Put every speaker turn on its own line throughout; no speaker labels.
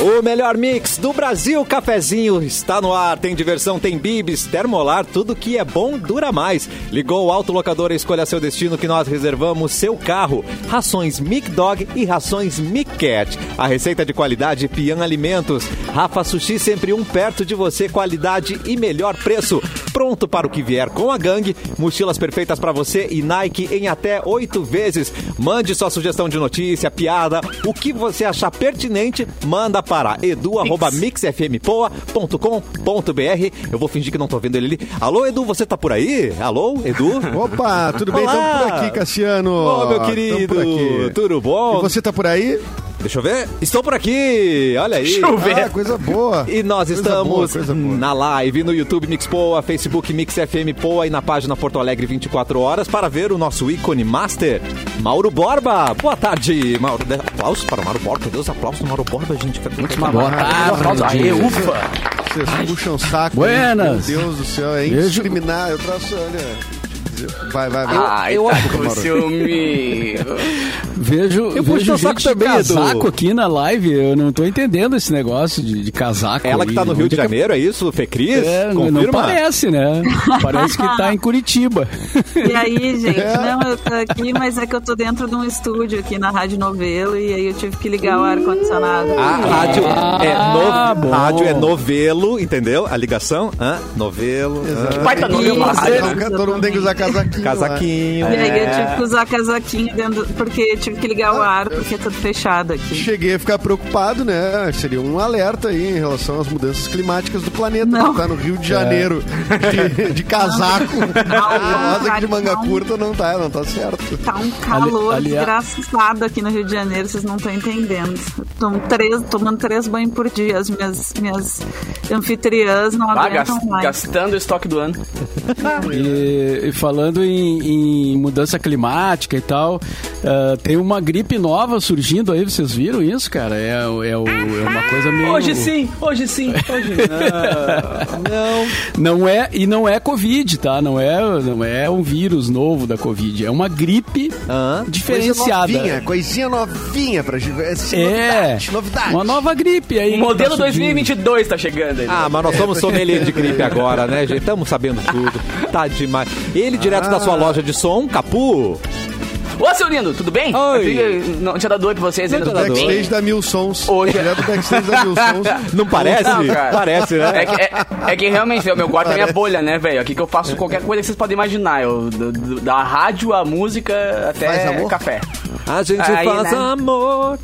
O melhor mix do Brasil, cafezinho está no ar. Tem diversão, tem bibis, termolar, tudo que é bom dura mais. Ligou o autolocador e escolha seu destino que nós reservamos seu carro. Rações Mic Dog e rações Mic Cat. A receita de qualidade Pian Alimentos. Rafa Sushi sempre um perto de você, qualidade e melhor preço. Pronto para o que vier com a gangue. Mochilas perfeitas para você e Nike em até oito vezes. Mande sua sugestão de notícia, piada, o que você achar pertinente, manda para edu@mixfmpoa.com.br. Eu vou fingir que não tô vendo ele ali. Alô, Edu, você tá por aí? Alô, Edu?
Opa, tudo bem?
Olá.
Estamos por aqui, Cassiano.
Ô, meu
Tamo
querido,
por aqui.
tudo
E
bom?
você tá por aí?
Deixa eu ver. Estou por aqui. Olha aí.
Ah, coisa boa.
E nós
Coisa boa,
estamos
coisa boa.
na live no YouTube Mix Poa, Facebook Mix FM Poa e na página Porto Alegre 24 horas para ver o nosso ícone master, Mauro Borba. Boa tarde, Mauro. Aplausos para o Mauro Borba. Meu Deus, aplausos para o Mauro Borba, gente. Muito
Boa
Ah,
Ah,
tarde. Aê, ufa.
Vocês puxam o saco.
Buenas.
Meu Deus do céu, é
Beijo.
indiscriminar. Eu traço, olha. Vai, vai, vai.
Ai,
eu
tá
acho que
com ciúme.
Vejo,
Eu puxo
vejo
teu
gente
saco também,
de
Edu.
casaco aqui na live. Eu não tô entendendo esse negócio de, de casaco.
Ela que
aí.
está no Rio
Onde
de
é que-
Janeiro, é isso? Fê Cris?
É, não
Confirma?
parece, né? Parece que tá em Curitiba.
E aí, gente?
É.
Não, eu tô aqui, mas é que eu tô dentro de um estúdio aqui na Rádio Novelo e aí eu tive que ligar o ar-condicionado.
A rádio, é
Ah,
no-
bom.
rádio é novelo, entendeu? A ligação, hã? novelo, hã?
Vai tá no meio da
Isso.
rádio, né?
Todo mundo- Todo mundo tem que usar É. casaquinho.
casaquinho.
E aí eu
né?
tive que usar casaquinho dentro, porque eu tive que ligar o ar, porque é tudo fechado
né?
aqui.
Cheguei a ficar preocupado, né? Seria um alerta aí em relação às mudanças climáticas do planeta.
Não.
Tá no Rio de Janeiro,
É.
de, de casaco. Rosa que de
cara,
manga
não.
curta não tá, não tá certo.
Tá um calor
Ali- é- ali-
desgraçado aqui no Rio de Janeiro, vocês não estão entendendo. Tomo três, tomando três banhos por dia, as minhas, minhas anfitriãs não
tá
Ah,
aguentam
gas-
mais.
gastando o estoque do ano.
E, e falando em, em mudança climática e tal, ah, tem uma gripe nova surgindo aí, vocês viram isso, cara? É, o- é o- é uma coisa meio.
Hoje sim, hoje sim, hoje
Não é, e não é Covid, tá? Não é, não é um vírus novo da Covid. É uma gripe
Hã?
diferenciada.
Coisinha novinha, coisinha novinha pra gente. Essa
É,
novidade, novidade.
uma nova gripe aí.
O Um modelo
tá surgindo.
2022 tá chegando aí.
Ah, mas nós somos sommelier de gripe agora, né, gente? Estamos sabendo tudo. Tá demais. Ele direto da
Ah.
sua loja de som, Capu.
Ô, seu lindo, tudo bem?
Oi.
Eu fiquei- Não tinha dado oi pra vocês ainda.
Não tá
tudo
tinha dado
bem?
Backstage da Mil Sons.
Hoje-
Direto do backstage da Mil Sons.
Não parece?
Não, cara.
parece, né?
É que, é- é que realmente, o meu quarto é minha bolha, né, velho? Aqui que eu faço qualquer coisa que vocês podem imaginar. Eu, do- do- da rádio à música
Faz
até
amor?
café.
A gente
Aí,
faz
né?
amor.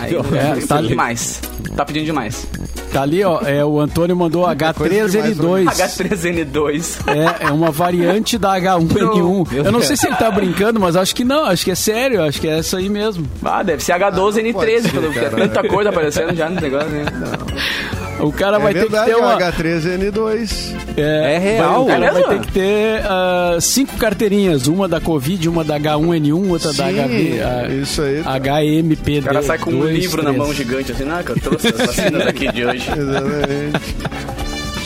Aí,
É, tá
tá
ali.
demais. Tá pedindo demais.
Tá ali, ó. É, o Antônio mandou H3N2.
H3N2.
É, é uma variante da H1N1. Eu não sei se ele tá brincando, mas acho que não. Acho que é sério. Acho que é essa aí mesmo.
Ah, deve ser H12N13,
Ah,
pelo
pode ser, cara.
tanta coisa aparecendo já no negócio, né?
O cara
É
vai
verdade,
ter que ter
o
uma.
H3N2.
É,
É real.
Vai, o
É
cara vai
mesmo?
ter que ter ah, cinco carteirinhas. Uma da Covid, uma da H1N1, outra da
Sim,
HB, ah,
isso aí.
HMPD.
O cara sai com um
dois,
livro na
três.
mão gigante, assim, não, que eu trouxe as vacinas aqui de hoje.
Exatamente.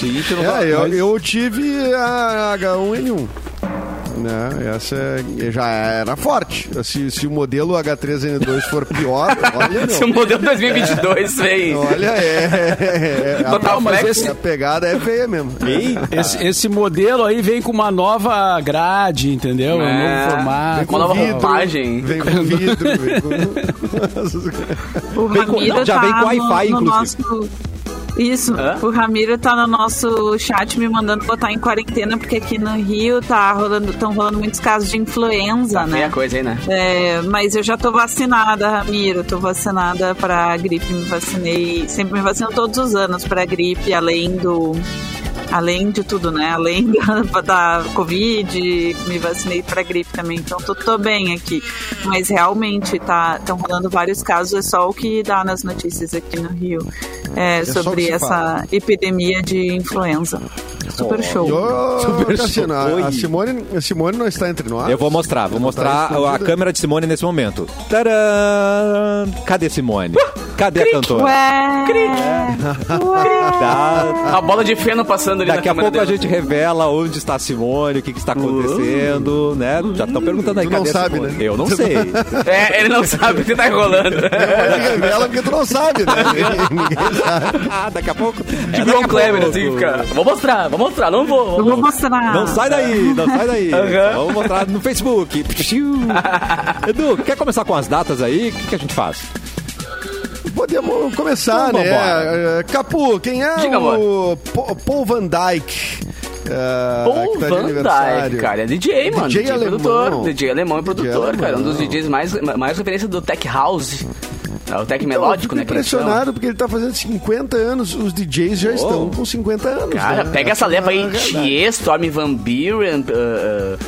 Gente, não
É, eu,
Mas-
eu tive a H1N1. Né? Essa é- já era forte. Se, se o modelo H3N2 for pior, olha,
Esse é o
meu.
modelo 2022, vem.
Olha, é. é- é- a,
Total
mas
flex.
esse- a pegada é feia mesmo.
Eita.
Esse, esse modelo aí vem com uma nova grade, entendeu? Um
É.
novo
Vem
formato.
com
uma nova
vidro,
roupagem.
Vem com vidro, vem com.
O
Vem com-
Ramiro
já
tá
vem com
no-
Wi-Fi,
no,
inclusive.
nosso. Isso,
Hã?
o Ramiro tá no nosso chat me mandando botar em quarentena, porque aqui no Rio tá rolando, estão rolando muitos casos de influenza,
Tá feia a
né?
coisa aí, né?
É, mas eu já tô vacinada, Ramiro. Tô vacinada pra gripe, me vacinei. Sempre me vacino todos os anos pra gripe, além do. Além de tudo, né? Além da, da Covid, me vacinei pra gripe também, então tô, tô bem aqui. Mas realmente tá, estão rolando vários casos, é só o que dá nas notícias aqui no Rio é,
só o que
sobre
se
essa
fala.
epidemia de influenza. Super show.
Ô,
Super
Cassiano, a,
Oi.
a Simone, a Simone não está entre nós.
Eu vou mostrar, vou
Não tá
mostrar a,
escondida.
câmera de Simone nesse momento. Tcharam! Cadê Simone?
Uh,
Cadê a cantora?
Ué! Ué!
Tá-
A bola de feno passando ali
Daqui
na
a
câmera Uh.
pouco a
dele.
gente revela onde está a Simone, o que, que está acontecendo, né? Já estão perguntando aí,
Tu não
cadê a
sabe,
Simone?
né?
Eu não sei.
É, ele não sabe o que tá enrolando.
Pode revela porque É, tu não sabe, né? Ninguém sabe.
Ah, daqui a pouco. É,
Tipo
daqui
João
a
Kleber,
pouco.
assim, fica. Vou mostrar, vou mostrar, não vou.
Eu
vou-
vou mostrar.
Não sai daí, não sai daí. Então,
Aham.
Vamos mostrar no Facebook. Pshiu. Edu, quer começar com as datas aí? O que, que a gente faz?
Podemos começar,
Então,
né?
vambora.
Eh, Capu, quem é
Diga,
o Po- Paul Van Dyke? eh,
Paul
que tá de
Van Dyke,
aniversário?
cara. É DJ, mano.
DJ
DJ,
alemão.
produtor. DJ alemão e produtor,
alemão.
cara. Um dos DJs mais, mais referência do Tech House. É o Tech
Então, Eu
Melódico,
fico
né? que eles chamam.
impressionado porque ele tá fazendo 50 anos. Os DJs já estão com 50 anos.
Cara,
né?
pega essa leva
é a
aí,
realidade.
Tiesto, Armin Van Buren, uh, uh,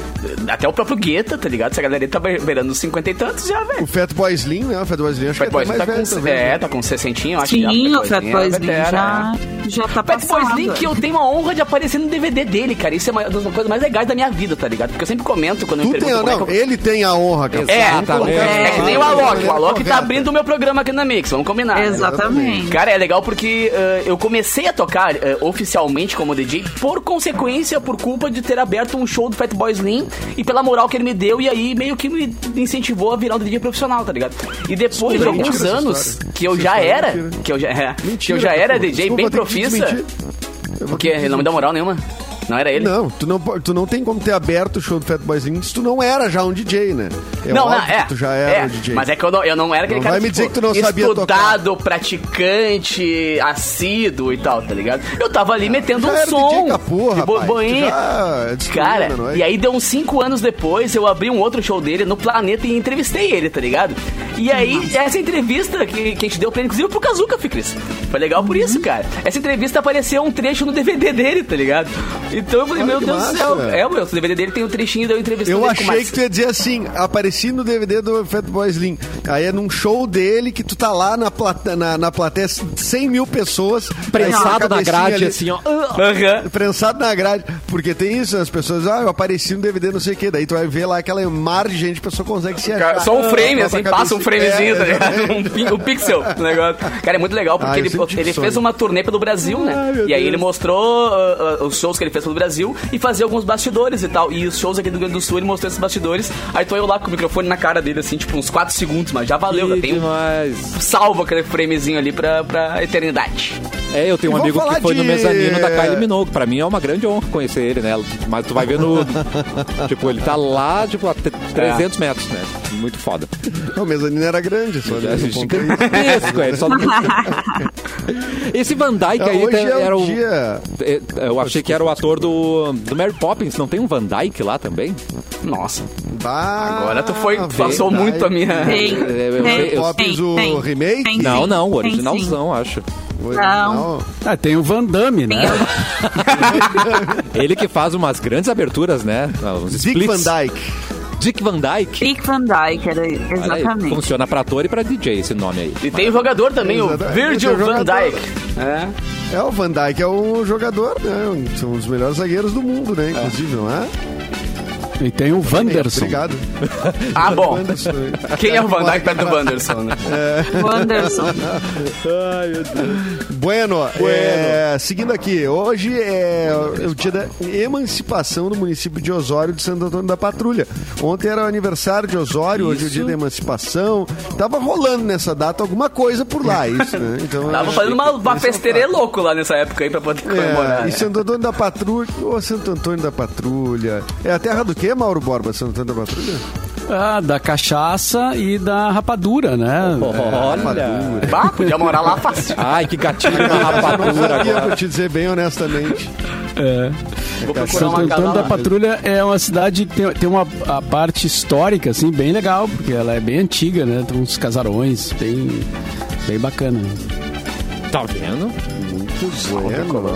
até o próprio Guetta, tá ligado? Essa galera aí tá be- beirando os cinquenta e tantos já, velho.
O Fat Boy Slim, né? O Fat Boy Slim acho
Fat
que é
Boy
até
Slim
mais
tá com,
velho, talvez,
é,
né?
tá com 60, eu acho que já.
Sim, o Fat
Boy
Boy
Slim
Slim
é
já,
veterano, é.
já tá
Fat Boy
passado.
Slim, que eu tenho a honra de aparecer no DVD dele, cara. Isso é uma das coisas mais legais da minha vida, tá ligado? Porque eu sempre comento quando eu
Tu
me
tem,
pergunto
a-
como é
não,
que eu-
ele tem a honra, cara.
É,
Vamos
tá
colocar
vendo?
essa né?
é, que nem o
palavra da
Alok. O
maneira
Alok
correta.
tá abrindo o meu programa aqui na Mix, vamos combinar. né?
Exatamente.
Cara, é legal porque eh, eu comecei a tocar eh, oficialmente como DJ por consequência, por culpa de ter aberto um show do Fatboy Slim e pela moral que ele me deu e aí meio que me incentivou a virar um DJ profissional, tá ligado? E depois de
Mentira
alguns
essa
anos
história.
que eu
Essa
já
história é
era,
mentira.
que eu já, é, que eu
Mentira,
já era
Capu.
DJ
Desculpa,
bem
eu tenho que te
profissa,
desmentir. Eu vou
porque
ter que
ele não me dá moral nenhuma. Não era ele?
Não, tu não, po- tu não tem como ter aberto o show do Fat Boys Slim se tu não era já um DJ, né? É
não,
óbvio
não, é.
que Tu já era
é,
um DJ.
Mas é que eu não, eu não era aquele
Não
cara
vai me dizer
tipo,
que tu não sabia
estudado, praticante, assíduo e tal, tá ligado? Eu tava ali metendo
É. já
um
era
som.
DJ capô,
de bo-
rapaz.
boinha.
Tu já destruiu,
Cara,
né, não é?
e aí deu uns 5 anos depois, eu abri um outro show dele no Planeta e entrevistei ele, tá ligado? E aí, essa entrevista que, que a gente deu pra ele, inclusive pro Kazuca, Fih, Cris. Foi legal
Uhum.
por isso, cara. Essa entrevista apareceu um trecho no DVD dele, tá ligado? Então eu falei,
Olha
meu
que
Deus
massa.
do céu. É, meu, o DVD dele tem um trechinho da entrevista
Eu
dele com o
achei que tu ia dizer assim, apareci no DVD do Fatboy Slim. Aí é num show dele que tu tá lá na, plata, na, na plateia, 100 mil pessoas. aí
Prensado
tem uma
na grade,
cabecinha ali,
assim, ó.
Aham.
Prensado na grade. Porque tem isso, as pessoas, ah, eu apareci no DVD, não sei o quê. Daí tu vai ver lá aquela mar de gente, a pessoa consegue se achar.
Cara, só um frame,
Ah,
assim,
nossa
passa um
cabecinha.
framezinho,
É,
tá ligado?
exatamente.
Um, pi- um pixel do negócio. Cara, é muito legal, porque
Ah, eu
ele,
sempre tive
ele
sonho.
fez uma turnê pelo Brasil, né?
meu
E aí
Deus.
ele mostrou ah, ah, os shows que ele fez pelo Brasil e fazia alguns bastidores e tal. E os shows aqui do Rio Grande do Sul, ele mostrou esses bastidores. Aí tô eu lá com o microfone na cara dele, assim, tipo, uns 4 segundos, mas já valeu, já
Que
tem um
demais.
salvo aquele framezinho ali pra, pra eternidade.
É, eu tenho um
E vamos
amigo que
falar
foi no
de-
mezanino da Kylie Minogue. Pra mim é uma grande honra conhecer ele, né? Mas tu vai ver no... tipo, ele tá lá, tipo, a tre- 300 metros, né? Muito foda.
é. Não, o mezanino era grande, só. né? Um ponto aí.
Gigantesco, ele só... Esse Van Dyke
Então,
aí
hoje
tá-
é
era
o
o...
dia...
É, Eu achei que era o ator do, do Mary Poppins. Não tem um Van Dyke lá também?
Nossa,
Bah,
agora tu foi,
verdade.
passou muito a minha...
Tem,
eu-
tem,
eu-
Poppins,
tem,
o
tem,
remake?
tem,
Não,
sim.
não. O
Tem, sim.
originalzão, acho.
Original.
Ah, tem o Van Damme, né?
Ele que faz umas grandes aberturas, né? Uns
Dick Van
splits.
Dyke.
Dick Van Dyke.
Dick Van Dyke, era ele,
Olha aí,
exatamente.
Funciona pra ator e pra DJ esse nome aí.
E tem o jogador também, o
Exatamente,
Virgil
esse é o
Van
jogador.
Dyke. É.
É, o Van Dijk é um jogador, né? Um- São os melhores zagueiros do mundo, né? Inclusive, não é?
E tem o Wanderson.
Obrigado.
Ah, bom.
Wanderson.
Quem é o Van Dyke perto do Wanderson, né?
Wanderson.
Bueno, é, seguindo aqui, hoje é o dia da emancipação do município de Osório de Santo Antônio da Patrulha. Ontem era o aniversário de Osório, hoje é o dia da emancipação. Tava rolando nessa data alguma coisa por lá, isso, né? Então,
Tava
é-
fazendo uma, uma festeira né, louco lá nessa época aí pra poder comemorar.
É, e Santo Antônio da Patrulha. Ô, Santo Antônio da Patrulha. É a terra do quê, Mauro Borba? Santo Antônio da Patrulha?
Ah, da cachaça e da rapadura, né?
É,
Olha.
Bah, podia morar lá fácil.
Ai, que gatinho na
Eu não
rapadura
sabia, pra
agora.
te dizer bem honestamente.
É.
Vou procurar
Santo
uma casa
Antônio da
lá.
Patrulha é uma cidade que tem, tem uma a parte histórica, assim, bem legal, porque ela é bem antiga, né? Tem uns casarões, bem, bem bacana.
Tá vendo?
É, mano,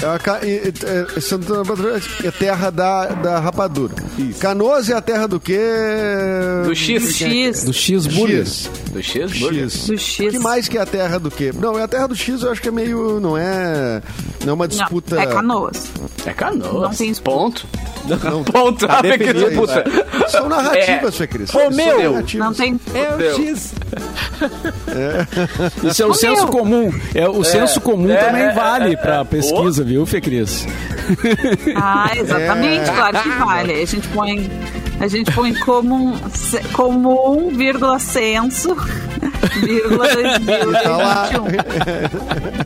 é- é uma ca- e- e- é- Santo Antônio da Patrulha é terra da, da rapadura. Canoas é a terra do quê?
Do X.
X,
Do X-Burger.
X.
Do X? Burger?
X.
do X.
Que mais que é a terra do quê? Não, é a terra do X, eu acho que é meio. Não é. Não é uma
Não,
disputa.
é Canoas.
É canoa.
Não tem isso.
Ponto.
Não,
Ponto. Ah, que
definido
puta.
São narrativas, Fê Cris.
Ô, meu!
São narrativas.
Não tem...
É
Meu.
o X.
Isso é o senso comum. É, o senso comum
é,
também
é,
vale
é,
pra
é.
pesquisa, viu, Fê Cris?
Ah, exatamente,
É.
claro que vale. A gente põe, a gente põe como, se- como um vírgula censo, vírgula dois mil e
Tá lá.
21.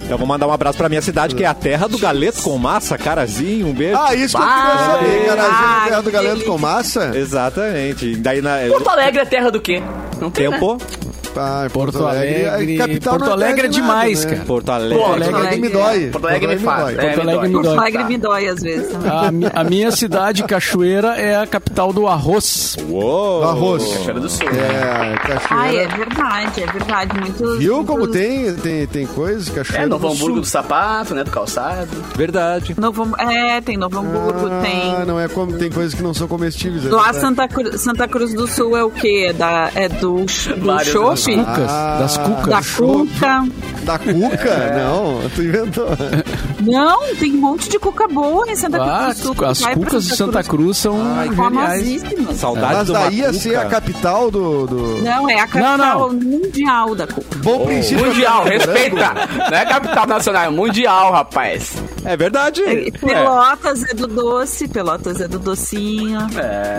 Então vou mandar um abraço pra minha cidade, que é a terra do galeto com massa, carazinho, um beijo.
Ah, isso que eu queria
Vai.
saber.
Ah,
Carazinho, terra
que
do galeto
delícia.
com massa?
Exatamente. Daí na.
Porto Alegre é terra do quê? Não tem né?
Tempo.
Ah,
Porto Alegre.
é capital
Porto
não terra
Alegre é
de nada,
demais,
né?
cara.
Porto Alegre.
Porto
Porto
Alegre.
Alegre me dói.
Porto Alegre me faz.
dói.
É,
Porto
me
Alegre
dói.
me
Porto
Tá.
dói.
Alegre me dói às vezes também.
A, mi- a minha cidade, Cachoeira, é a capital do arroz.
Uou.
Arroz.
Cachoeira do Sul.
É,
Ai, é
cachoeira.
verdade, é verdade. Muitos,
Viu
muitos-
como tem, tem, tem coisas? Cachoeira
É, Novo
do
Hamburgo do
Sul.
sapato, né? Do calçado.
Verdade.
Novo, é, tem Novo Hamburgo,
Ah,
tem...
não é como, tem coisas que não são comestíveis. é
Lá
verdade.
Santa, Cru- Santa Cruz do Sul é o quê? É, da, é do, do
Vários
chope?
Cucas,
Ah,
das cucas.
Da
chope.
cuca?
Da cuca?
É.
Não, tu inventou.
Não, tem um monte de cuca boa em Santa
Ah,
Cruz do Sul.
as
Vai pra É
cucas de Santa Cruz são geniais.
famosíssimas.
Saudade
Mas
do
daí ia ser a capital do... do...
Não, é a capital
Não,
mundial da cuca.
Bom princípio.
Mundial,
Branco.
respeita. Não é capital nacional, é mundial, rapaz.
É verdade.
É,
Ué.
Pelotas é do doce, Pelotas é do docinho.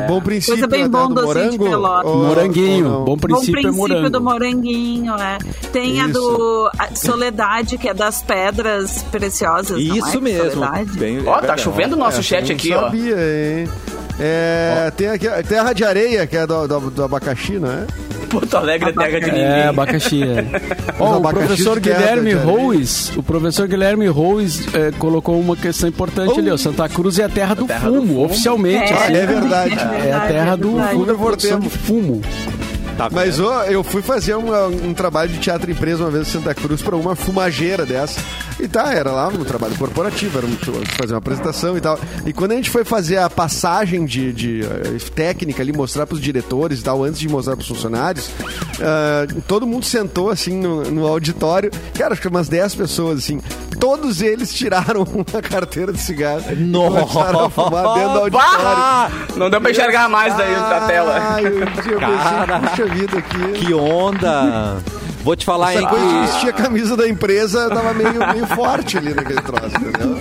Bom princípio.
Coisa bem
né,
bom
do
docinho de
morango.
Pelotas.
Ou-
Moranguinho,
ou não?
bom
Bom
princípio,
princípio
é morango.
do moranguinho, é. Tem a
Isso.
do a Soledade, que é das pedras preciosas. não é?
Isso mesmo.
Soledade.
Bem- é
Ó, tá
verdade.
chovendo o nosso chat
não
aqui, ó.
sabia, hein? É, tem aqui a Terra de Areia, que é do, do, do abacaxi, né?
Porto Alegre é terra de ninguém.
É, abacaxi. é. Ó,
Os
o
abacaxis
professor
de terra,
Guilherme
de areia.
Roes, o professor Guilherme Roes eh, colocou uma questão importante ali, ó. Santa Cruz é a terra do,
terra do
fumo,
fumo.
oficialmente. assim.
é verdade.
É a terra do
verdade.
fumo,
Fumo é
produção de fumo.
Tá vendo?
Mas ó, eu fui fazer uma- um trabalho de teatro empresa uma vez em Santa Cruz pra uma fumageira dessa. E tá, era lá um trabalho corporativo, era um, fazer uma apresentação e tal. E quando a gente foi fazer a passagem de, de, eh, técnica ali, mostrar pros diretores e tal, antes de mostrar pros funcionários, ah, todo mundo sentou assim no, no auditório. Cara, acho que umas 10 pessoas assim. Todos eles tiraram uma carteira de cigarro. e começaram a fumar dentro do auditório.
Bah! Não deu pra enxergar mais daí da tela.
Ah, eu, eu pensei,
Cara.
puxa vida aqui.
Que onda. Vou te falar, hein,
Essa coisa de
que-
vestir a camisa da empresa tava meio, meio forte ali naquele troço,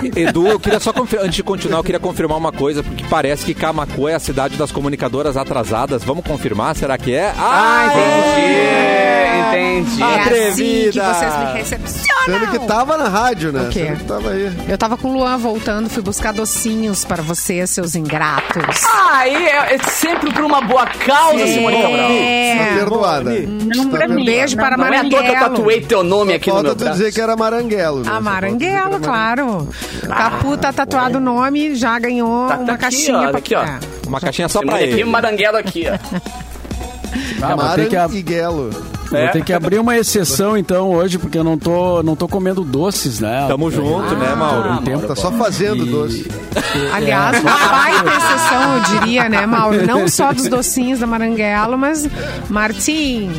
entendeu?
Edu, eu queria só confirmar, antes de continuar, eu queria confirmar uma coisa, porque parece que Camacuã é a cidade das comunicadoras atrasadas. Vamos confirmar? Será que é?
Ah,
é!
entendi. Entendi.
Ah,
É assim que
Atrevida.
vocês me
Sendo que
recepcionam.
tá-
tava na rádio, né?
quê?
Sendo que tava aí.
Eu tava com o Luan voltando, fui buscar docinhos para vocês, seus ingratos.
Aí é, é sempre por uma boa causa, Simone Cabral.
Tá
É.
perdoada.
Não
Tá
pra
vendo?
mim.
Um beijo para
Não é à toa que eu
Maranguelo.
tatuei teu nome aqui no
Falta
meu
tu
braço.
dizer que era maranguelo. né? Só falta tu dizer que
A Ah, Maranguelo,
era
claro. Capu tá tatuado o nome, já ganhou
Ah, Tá- tá
uma
aqui,
caixinha
ó,
pra
aqui, ó.
É.
Uma caixinha só pra
Simone aqui,
ele.
Maranguelo aqui, ó.
Ah, mas tem que a-
Maranguelo.
É.
Vou ter que abrir uma exceção então hoje, porque eu não tô, não tô comendo doces, né?
Tamo junto,
Ah,
né, Mauro?
Um tempo.
Tá só fazendo
E-
doce.
Aliás, uma baita exceção, eu diria, né, Mauro? Não só dos docinhos da Maranguelo, mas Martim.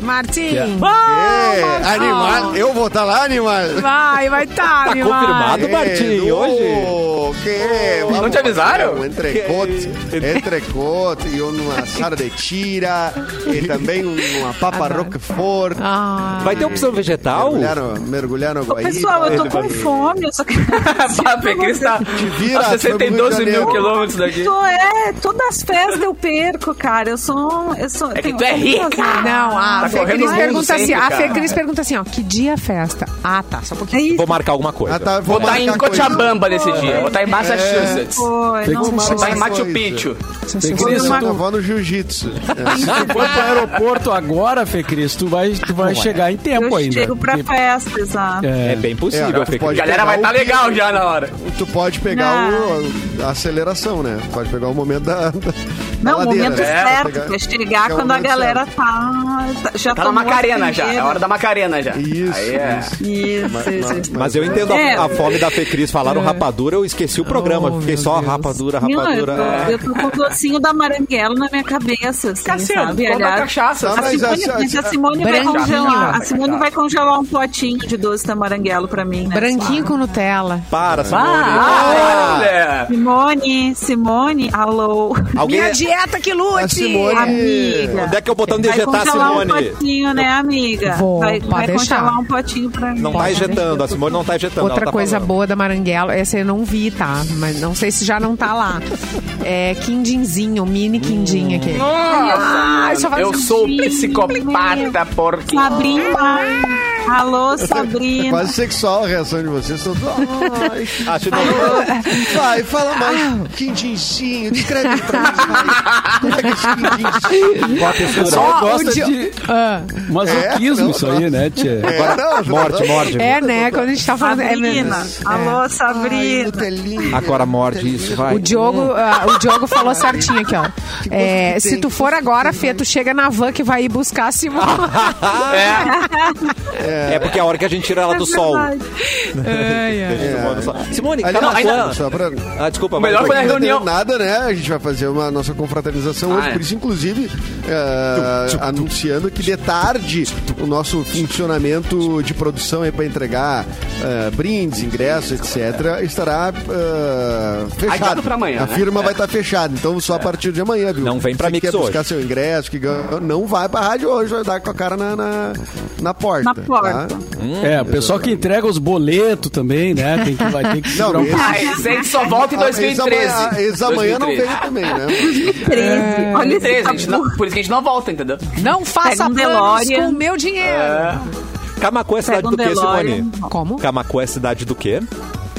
Martim. Ah,
Ei, animal. Eu vou estar lá, animal.
Vai, vai estar, tá, animal.
confirmado. Do Martim,
Ei, do- Que? Vamos
te avisaram?
fazer Um entrecote, entrecote e uma assada de tira e também um- uma papa roquefort.
Ah,
Vai ter opção vegetal?
Mergulharam, mergulharam tá
Ô,
Guaíba.
pessoal, eu tô com fome, eu só quero.
Papi, Cris tá
vira,
a 62
foi pro Rio de
mil
Janeiro.
quilômetros daqui.
Tô, é, todas as festas eu perco, cara. Eu sou. Eu sou
É que
tenho-
tu é rica.
Ah,
Não, a
Tá
Fê
correndo
Cris
o
um
mundo
pergunta assim,
sempre,
a Fê
cara.
Cris pergunta assim, ó, que dia é a festa? Ah, tá, só um pouquinho.
É isso.
Vou marcar alguma coisa.
Ah, tá,
Vou estar em
marcar É, coisa.
Cochabamba nesse dia. Vou estar em Massachusetts. Vou
Foi,
Tem
não
que-
vou.
estar em
Nossa,
Machu
coisa.
Picchu.
Tem que
Vou
ser
levar
uma-
minha avó no jiu-jitsu. É.
Se tu for pro aeroporto agora, Fê Cris, tu vai, tu vai chegar em tempo
Eu
ainda.
chego pra
Porque-
festa, exato.
É
é,
bem possível,
É,
Fê
pode-
Cris.
Galera vai estar
pegar o
legal já na hora.
Tu pode pegar
Não.
o- a aceleração, né? Pode pegar o momento da. da da
Não, o
ladeira,
momento
né?
certo,
Pegar- é.
que é chegar
pegar o
quando a
momento
galera
certo.
tá, tá- Já
Tá na
tomou a
Macarena já. É
primeira.
hora da Macarena já.
Isso,
Aí é.
isso.
Isso, isso, isso.
Mas eu entendo
É.
a, a fome da Fê Cris. Falaram rapadura, eu esqueci o programa.
É. Oh,
Fiquei
meu
só
Deus.
rapadura,
Não,
rapadura. É.
eu, tô, eu tô com o docinho da Maranguelo na minha cabeça, assim,
Cassiano,
sabe?
toma
Aliás,
cachaça. Assim,
Tá,
a
mas
Simone,
a- a-
mas a Simone vai
Branquinho.
congelar. A
né?
Cachaça,
Simone vai congelar um potinho de doce da Maranguelo pra mim, né?
Branquinho com Nutella.
Para, Simone.
Ah, olha.
Simone, Simone, alô.
Alguém, é-
Minha dica, dieta que
A
lute.
Simone-
Amiga.
Onde é que é o botão de
Vai
injetar,
congelar um
Simone?
potinho, né, amiga?
Vou,
vai
pode
vai
deixar.
congelar um potinho pra mim.
Não tá injetando, a Simone não tá injetando.
Outra
ela tá
coisa
falando.
boa da Maranguelo, essa eu não vi, tá? Mas não sei se já não tá lá. É quindinzinho, mini quindim aqui. Ah, só vai
eu
sentir.
sou psicopata, porque.
Sabrina. Alô, Sabrina.
É quase sexual a reação de vocês. Tô... Ai,
Acho que
Vai, fala
Ah,
mais. um Quindinzinho, descreve pra mim. vai. Como é que é esse
Ah,
quindinzinho?
Só gosta
o di-
de
Ah,
masoquismo
não,
isso aí, né, tia?
É, não,
Morte, morte.
é, né? Quando a gente tá falando. é mesmo.
Sabrina.
né? É.
Alô, Sabrina.
Agora morde isso, vai.
É. O Diogo, ah, o Diogo falou certinho aqui, ó. É,
gosto que
se
tem,
tu
que
for agora, Fê, tu chega na van que vai ir buscar a Simone.
É porque é a hora que a gente tira ela do sol.
verdade.
Ai,
Deixa
ai.
a Simone no sol. Simone, tá
É. Ali, não,
na van.
só pra...
Ah, desculpa,
Melhor
mas-
foi a
Não
reunião.
tem nada, né? A gente vai fazer uma nossa confraternização hoje,
Ah, é.
por isso, inclusive, é, anunciando que de tarde o nosso funcionamento de produção aí para entregar é, brindes, ingressos, etc., estará é, fechado.
Adiado pra amanhã,
a
né? É.
firma vai estar fechada, então só a partir de amanhã, viu?
Não vem pra
Se
Mix
quer buscar
hoje.
seu ingresso, que ganha- não vai pra rádio hoje, vai dar com a cara na, na, na porta.
Na porta.
tá?
Hum,
É, o pessoal que entrega os boletos também, né? Tem que, vai ter que
Não,
segurar um
esse-
pouco.
Ah, esse aí só volta em
Ah, eles amanhã-
2013.
Eles amanhã não
2013.
vem também, né?
É.
Treze. Olha esse
2013, a gente
tabu.
não- por isso que a gente não volta, entendeu?
Não faça
um
planos
DeLorean.
com o meu dinheiro.
Camacuã é cidade
Pega um
do quê,
DeLorean.
Simone?
Como?
Camacuã é cidade do quê?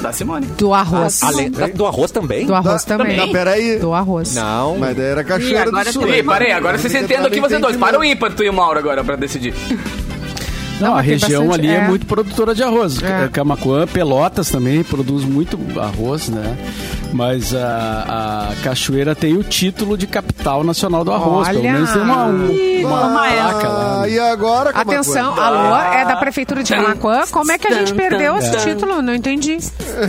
Da Simone.
Do arroz.
Além da- do arroz também?
Do arroz também.
Tá? Não, peraí.
Do arroz.
Não.
Mas daí era
Ih,
cachoeira
agora
do sul.
tem-
Ih,
né?
parei, agora vocês
Tem que
entendam aqui
entrar
vocês
no
dois. Para o
entendimento.
ímpar, tu e o Mauro agora pra decidir.
Não, a
mas tem
região
bastante-
ali é.
é.
muito produtora de arroz.
É.
Camacuã, Pelotas também produz muito arroz, né? Mas a, a Cachoeira tem o título de capital nacional do arroz.
Olha!
Pelo menos tem uma, um- uma
Toma essa.
placa lá.
Ah,
né?
e agora? como é que
Atenção,
foi?
alô, é da prefeitura de Camacuã. Como é que a gente
tum,
perdeu
tum,
esse
tum.
título? Não entendi.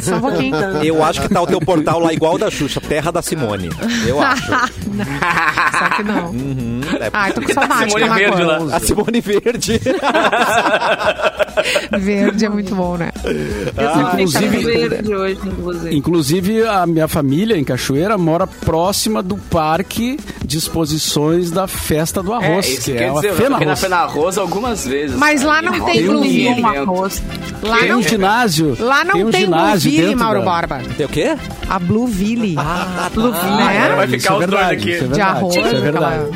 Só um pouquinho.
Eu acho que tá o teu portal lá igual o da Xuxa, Terra da Simone. Eu acho.
Só que não.
É-
Ai, tô com saudade de
Simone Verde
Camacuã.
lá.
A Simone Verde.
Verde é muito bom, né?
Eu só fiquei
inclusive-
verde hoje, inclusive.
Inclusive, a minha família em Cachoeira mora próxima do parque de exposições da Festa do Arroz,
isso
que
quer
é uma
dizer, eu
Fena
toquei na
Arroz.
Fena Arroz algumas vezes.
Mas lá
Aí,
não
mal
tem
um
Gluvin.
Um
evento.
arroz.
Lá
Tem
não
um
tem,
ginásio.
lá não
um
tem,
ginásio
Blueville,
dentro
Mauro
da- Ah, tá,
Barba.
Tem É o quê?
A Blueville.
Agora
né?
vai ficar
é
os dois
verdade,
aqui.
isso é
De
verdade,
arroz.
Isso é
aquela
verdade.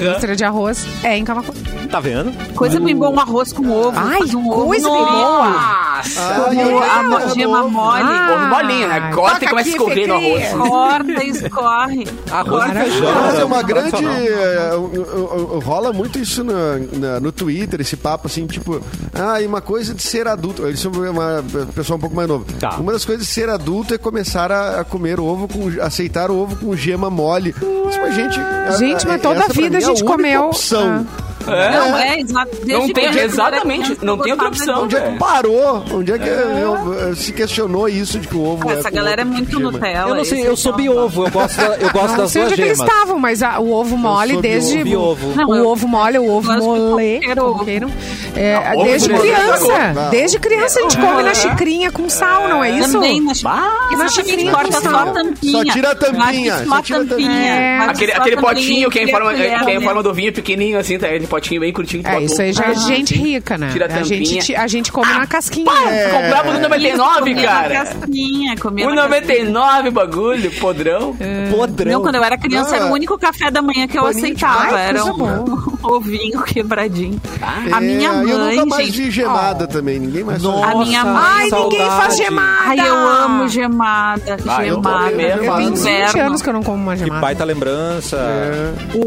Indústria de arroz. É, em Camacuã.
Tá vendo?
Hum.
Coisa bem boa, um arroz com ovo.
Ai,
Faz um ovo
coisa
no-
boa.
Nossa!
Ah, e
Como a
agora?
mo- gema mole.
Ah!
ovo molinho, né? Corta e começa a escorrer no arroz.
Corta e escorre. Corta e
feijão.
Mas é uma
Não,
grande.
tradicional.
eh, o- o- o- Rola muito isso na- na- no Twitter, esse papo assim, tipo. Ah, e uma coisa de ser adulto. Eles são uma pessoa um pouco mais nova.
Tá.
Uma das coisas de ser adulto é começar a, a comer ovo, com, aceitar o ovo com gema mole. Isso, mas, gente, a-
Gente, mas
a-
toda
essa
a vida
pra mim é
a gente
única
comeu.
Opção.
Não, é, exa- desde
tem-
quando eu era
exatamente,
criança,
não tem outra
eu
opção.
botava
Onde é que parou? Onde é que eh, eh, se questionou isso de que o ovo
Ah,
é
Essa
com
galera é
outro tipo
muito
de gema?
Nutella.
Eu não sei,
esse
eu
é
sou
só-
biovo, eu gosto, da- eu gosto
Não
das
Ah, sei
duas
onde é que eles
gemas.
estavam, mas a- o ovo mole
sou
desde.
biovo.
Não,
o
eu-
ovo mole, o ovo
gosto de
mole.
qualquer
como
ovo.
queiram. É,
ovo
desde
mole,
criança.
ovo. Não.
Desde criança a gente come na xicrinha com sal, não é isso?
Também na xicrinha.
na
Isso
é
xicrinha
xicrinha corta
com
só
sal.
a tampinha.
Só tira a tampinha,
Bate
só
Só a
tira a
tampinha.
tampinha.
Bate
Aquele,
só a
aquele
tampinha
potinho que é, em
e
forma, que
colher,
é em
né?
forma do vinho pequenininho, assim, tá? Aquele potinho bem curtinho. tu
É,
bota
isso aí
um-
já é gente rica, né?
Tira a
A gente,
tampinha.
ti- a gente come na casquinha.
É. Comprava no
Comia
99,
na
cara.
casquinha, comia na casquinha.
1,99 bagulho, podrão.
Podrão.
Não, quando eu era criança,
Não,
era o
é-
único café da manhã que eu
Paninho de-
aceitava.
Ai,
era
coisa
um,
boa.
um ovinho quebradinho.
É,
a minha mãe,
Eu nunca mais
gente.
vi gemada também. Ninguém mais faz
A minha
Nossa,
mãe-
Ai, ninguém faz
saudade.
gemada.
Ai, eu amo gemada.
Ah, eu
gemada.
também mesmo.
Eu tenho
No
20 anos que eu É. não como uma
Que
gemada.
baita lembrança.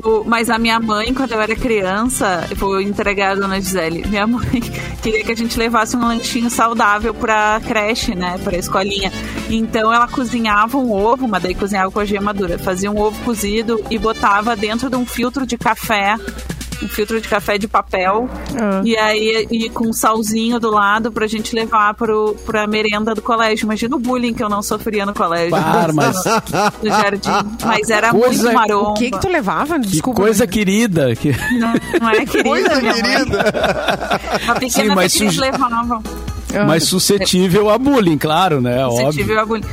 O- mas a minha mãe, quando eu era criança, eu vou entregar a dona Gisele. Minha mãe queria que a gente levasse um lanchinho saudável pra creche, né? Pra escolinha. Então ela cozinhava um ovo, mas daí cozinhava com a gema dura. Fazia um ovo cozido e botava dentro de um filtro de café. Um filtro de café de papel.
Ah.
E aí, e com um salzinho do lado pra gente levar pro, pra merenda do colégio. Imagina o bullying que eu não sofria no colégio.
Para, mas-
No jardim. Mas era
Coisa-
muito maromba.
O que que tu levava?
Que
Desculpa. né?
coisa querida. Que...
Não, não é querida,
Coisa
minha mãe.
querida.
A pequena um
Sim, mas
que eles
suje-
levavam.
Ah.
mas suscetível a bullying, claro, né?
É
Se
Óbvio.
tiver agulha.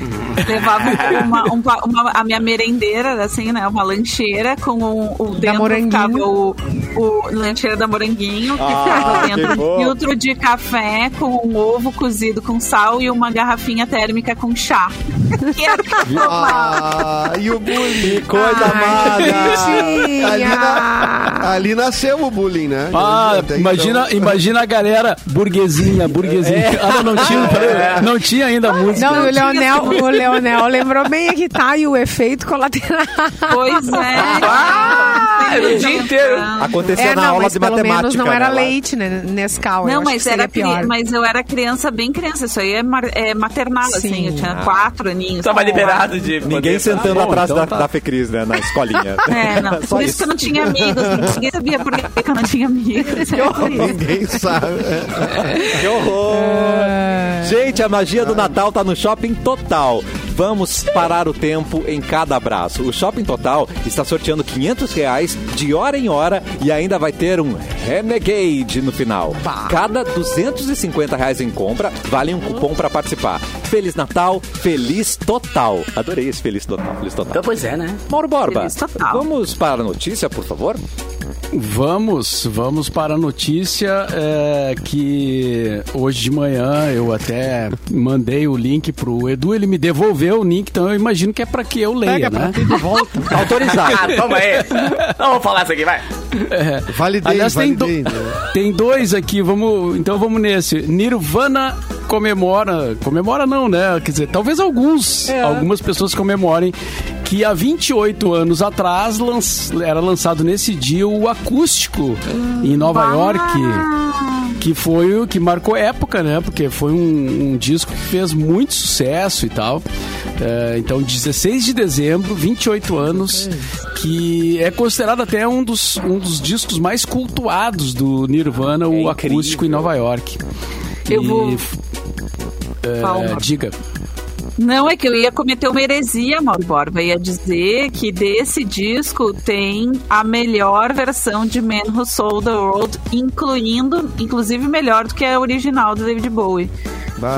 Levava uma, um pa- uma- a minha merendeira, era assim, né? Uma lancheira com o, o dentro
Moranguinho.
ficava o, o lancheira da moranguinho, que ficava
que
dentro um
bom.
filtro de café com um ovo cozido com sal e uma garrafinha térmica com chá. é E era
Ah, e o bullying.
Coisa
Ai, que
Ali,
bonitinha.
na- ali nasceu o bullying, né?
Ah,
Até
imagina,
então.
imagina a galera burguesinha, burguesinha. Ah, não tinha, não tinha ainda a música.
Não, é- e o
tinha
Leonel, o Leonel lembrou bem que tá e o efeito colateral.
Pois é.
Ah, era o dia inteiro.
Acontecia
É,
na
não,
aula
mas
de
pelo
matemática.
menos não
né,
era
lá.
leite, né? Nescau. eu
Não,
acho
mas,
que seria
era cri-
pior.
mas eu era criança, bem criança. Isso aí é, mar- é maternal,
Sim.
assim. Eu tinha quatro aninhos.
Tava
sei lá.
liberado de.
Ninguém
poder-
sentando
Ah, bom,
atrás
então
da,
tá.
da Fecris, né? Na escolinha.
É, não.
Só
Por isso que eu não tinha amigos. Ninguém sabia por que que eu não tinha amigos. é
Ninguém sabe.
Que horror!
É.
Gente, a magia do Natal tá no Shopping Total. Vamos parar o tempo em cada abraço. O Shopping Total está sorteando 500 reais de hora em hora e ainda vai ter um Renegade no final. Cada 250 reais em compra, vale um cupom para participar. Feliz Natal, Feliz Total. Adorei esse Feliz Total, Feliz Total.
Então, pois é, né?
Mauro Borba,
Feliz Total.
vamos para a notícia, por favor?
Vamos, vamos para a notícia é, que hoje de manhã eu até mandei o link pro Edu, ele me devolveu o link, então eu imagino que é para que eu leia,
Pega
né?
pra ti de volta.
Autorizado.
Ah, toma aí. Não vou falar isso aqui, vai.
Validei,
Aliás, tem, do-
validei. né?
tem dois aqui, vamos, então vamos nesse. Nirvana comemora, comemora não, né? Quer dizer, talvez alguns, algumas pessoas comemorem que há 28 anos atrás lan- era lançado nesse dia o acústico em Nova
Ah,
York, que foi o que marcou época, né? Porque foi um, um disco que fez muito sucesso e tal. É, então, 16 de dezembro, 28 anos, que é considerado até um dos, um dos discos mais cultuados do Nirvana, o
incrível.
acústico em Nova York.
É Eu
E,
vou-
é,
Palma.
diga.
Não, é que eu ia cometer uma heresia, Mauro Borba. Ia dizer que desse disco tem a melhor versão de Man Who Sold the World, incluindo, inclusive melhor do que a original do David Bowie.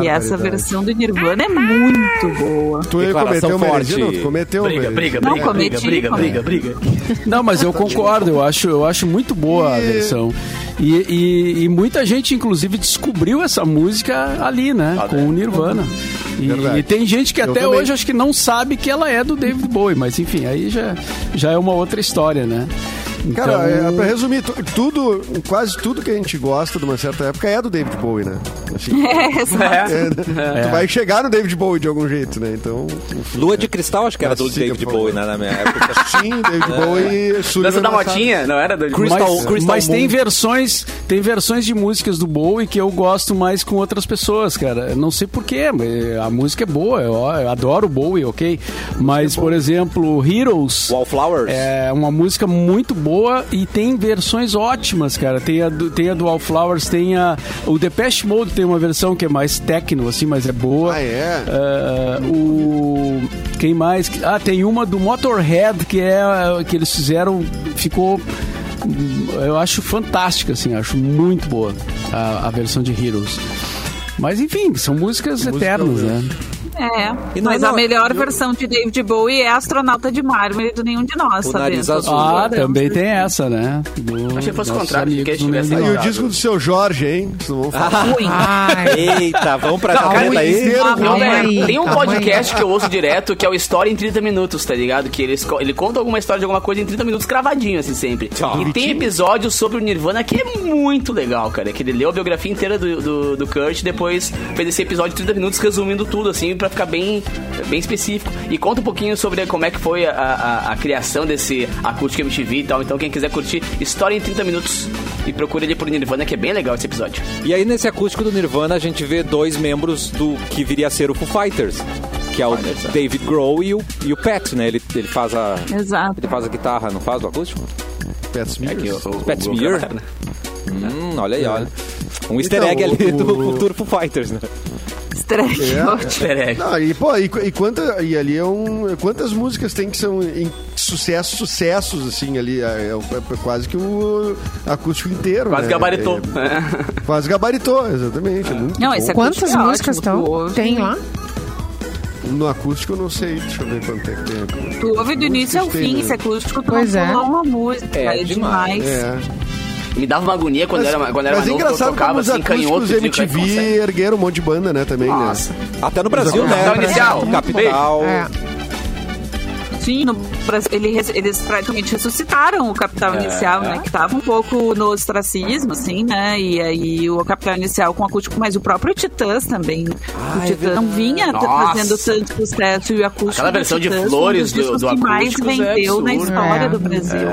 Que essa
Barbaridade.
versão do Nirvana é muito boa.
Tu ia cometer
Declaração
uma heresia?
forte.
Não, tu cometeu uma
Briga,
heresia.
briga,
Não,
briga, briga,
cometi,
briga, briga,
cometi.
briga.
Não, mas eu concordo, eu acho, eu acho muito boa a
Tá E-
versão. E, e- e muita gente, inclusive, descobriu essa música ali, né? com o Nirvana. E,
Ah, Verdade.
e tem gente que
Eu
até
também.
hoje acho que não sabe que ela é do David Bowie, mas enfim, aí já, já é uma outra história, né?
Cara,
Então-
é, pra resumir, tu- tudo, quase tudo que a gente gosta de uma certa época é do David Bowie, né? Assim,
É, Essa-
É.
Tu vai chegar no David Bowie de algum jeito, né? Então,
Lua de Cristal, acho que era do
Mas siga,
David
por favor.
Bowie, né? Na minha época.
sim, David Bowie subiu
É. Dança da
na sala.
motinha, não era? Do...
Chris- Crystal-
mas,
Crystal
mas tem
Moon.
versões, tem versões de músicas do Bowie que eu gosto mais com outras pessoas, cara. Eu Não sei porquê, mas a música é boa, eu, eu adoro o Bowie, ok?
É
Mas, por exemplo, Heroes.
Wallflowers.
É uma música muito boa e tem versões ótimas, cara. Tem a do, tem a do Wallflowers, tem a. O Depeche Mode tem uma versão que é mais techno, assim, mas é boa.
Ah, é?
Ah, o. Quem mais? Ah, tem uma do Motorhead que é. a- que eles fizeram. Ficou. hum, Eu acho fantástica, assim. Acho muito boa a, a versão de Heroes. Mas enfim, são músicas eternas, né?
É,
E não,
mas
não,
a melhor
eu-
versão de David Bowie é astronauta de mármore do nenhum de nós,
O
tá
nariz
vendo?
azul.
Ah, também tem essa, né? Do,
Achei que fosse o
nossos
contrário,
amigos
que eles
do
tivessem
Aí
Legião.
o disco do seu Jorge, hein? Vocês
Ah,
não vão falar.
Ruim.
Ai,
Eita, vamos pra
Não,
jacareta aí.
Inteiro
Calma
Não,
Calma
velho,
aí,
tem um
calma
podcast que eu ouço direto que é o História em 30 Minutos, tá ligado? Que ele, esco- ele conta alguma história de alguma coisa em 30 minutos cravadinho, assim, sempre. E tem episódio sobre o Nirvana que é muito legal, cara. Que ele leu a biografia inteira do, do, do Kurt depois fez esse episódio de 30 minutos resumindo tudo, assim, pra ficar bem, bem específico. E conta um pouquinho sobre como é que foi a, a, a criação desse acústico MTV e tal. Então, quem quiser curtir, História em 30 Minutos e procura ele por Nirvana, que é bem legal esse episódio.
E aí, nesse acústico do Nirvana, a gente vê dois membros do que viria a ser o Foo Fighters. Que é o David Grohl e o, e o Pat, né? Ele, ele, faz a,
Exato.
ele faz a guitarra, não faz o acústico?
Pat Smears.
é Que o- o-
Pat
o-
Smear? Hum, olha aí, olha. Um easter
Então,
egg ali
o-
do futuro Foo Fighters, né?
Estranho.
É.
Easter egg.
Não, e, pô, e, qu- e quanta, e ali é um, quantas músicas tem que são in- sucessos, sucessos, assim, ali. É, é quase que o acústico inteiro.
Quase
né?
gabaritou.
É, quase gabaritou, exatamente. É muito
Não,
bom.
esse é
Quantas
ótimo,
músicas
tu
estão?
ouve.
Tem lá?
No acústico eu não sei, deixa eu ver quanto é que tem.
é- Tu ouve do
Músicas
início ao
tem,
fim,
né?
esse acústico, tu
Pois
não
é.
pulou uma música.
É
É,
demais.
demais.
É.
Me dava uma agonia quando era, quando era
mas
novo,
é
eu
engraçado como
tocava
os
assim, canhoto.
acústicos
de
MTV ergueram um monte de banda, né, também,
Nossa.
né?
Até no Brasil, né?
Capital Inicial.
Capital.
É.
Sim, no Brasil, ele res- eles praticamente ressuscitaram o Capital
É.
Inicial, né? Que tava um pouco no ostracismo, assim, né? E aí o Capital Inicial com acústico, mas o próprio Titãs também. o Titãs não vinha t-
Ah, é Nossa.
fazendo tanto sucesso e o acústico.
Aquela
do
versão de
Titãs foi um
Flores
dos
do-
discos
do
que mais
Acústicos é
vendeu na
absurdo.
história
É.
do Brasil.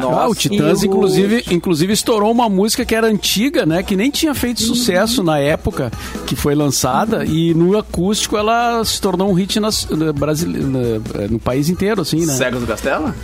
Ah, o Titãs,
E o-
inclusive, inclusive, estourou uma música que era antiga, né? Que nem tinha feito
Uhum.
sucesso na época que foi lançada. E no acústico ela se tornou um hit nas, na, brasile- na- no país inteiro, assim, né?
Cegos do Castelo?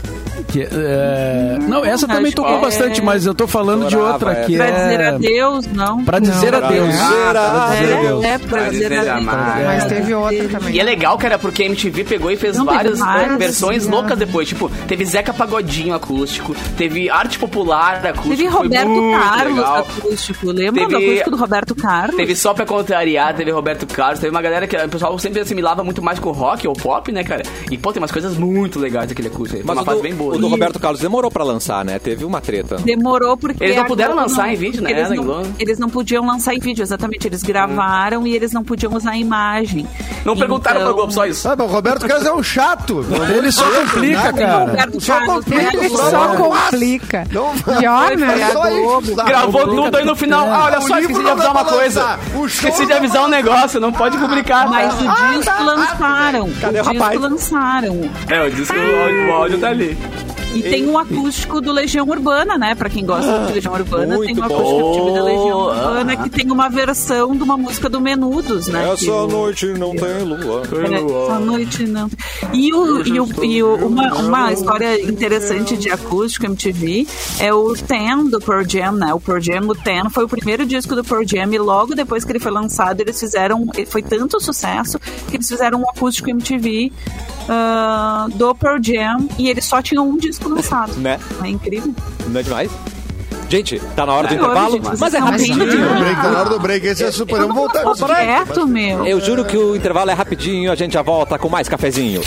Que, é, Não, essa
Acho
também
que
tocou
é-
bastante, mas eu tô falando de
Estourava
outra
essa.
que
Pra
é...
dizer adeus, não.
Pra dizer
Não,
um
adeus.
pra
Pra dizer
é,
adeus.
é, pra dizer
Prazer
adeus.
amar.
Mas teve outra
E é
também.
legal, cara, porque a MTV pegou e fez
Não, teve
várias,
várias, assim, é.
né, versões
né?
loucas depois. Tipo, teve Zeca Pagodinho acústico, teve arte popular acústico.
Teve
foi
Roberto
muito
Carlos
legal.
acústico. Lembra do
Teve-
acústico do Roberto Carlos?
Teve só pra contrariar, teve Roberto Carlos, teve uma galera que o pessoal sempre assimilava muito mais com rock ou pop, né, cara? E, pô, tem umas coisas muito legais daquele curso aí. Foi
Mas
uma
o do,
fase bem boa.
o do Roberto Carlos demorou pra lançar, né? Teve uma treta.
Demorou porque.
Eles não
a
puderam
Globo
lançar
não-
em vídeo, né,
Eles
na
não,
Globo.
eles não podiam lançar em vídeo, exatamente. Eles gravaram e eles não podiam usar a imagem.
Não perguntaram pra
Então,
Globo só isso.
Ah, mas o Roberto Carlos é um chato.
Ele só complica, cara.
Roberto
Só
Carlos,
complica,
né?
Ele
Nossa.
só complica.
Não,
Pior, né?
É só isso, sabe?
Gravou tudo aí no final. Ah, olha
O
só,
livro
esqueci de
não
avisar
dá
uma
pra
coisa.
lançar. O show
Esqueci de
não
avisar um negócio, não pode publicar.
Mas o
tá,
disco lançaram.
Cadê o
o disco
rapaz?
lançaram.
É, o disco, o áudio- o áudio tá ali.
E tem um acústico do Legião Urbana, né? Pra quem gosta de Legião Urbana, tem
muito
um acústico
bom.
do da Legião Urbana
Ah.
que tem uma versão de uma música do Menudos, né? que o-
noite não tem lua.
É, Essa noite não. E, o, e, o, e o- uma, uma história interessante de acústico MTV é o Ten do Pearl Jam, né? O Pearl Jam, o Ten, foi o primeiro disco do Pearl Jam e logo depois que ele foi lançado, eles fizeram. Foi tanto sucesso que eles fizeram um acústico MTV ah, do Pearl Jam e eles só tinham um disco lançado.
Né?
É incrível.
Não é demais? Gente, tá na hora do
É,
intervalo,
hoje, gente,
mas é
vocês
rapidinho.
estão
Tá na hora do
bem.
break, tá na hora do break. Esse é super. Vamos voltar.
Pô, Direto, meu.
Eu juro que o intervalo é rapidinho, a gente já volta com mais cafezinho.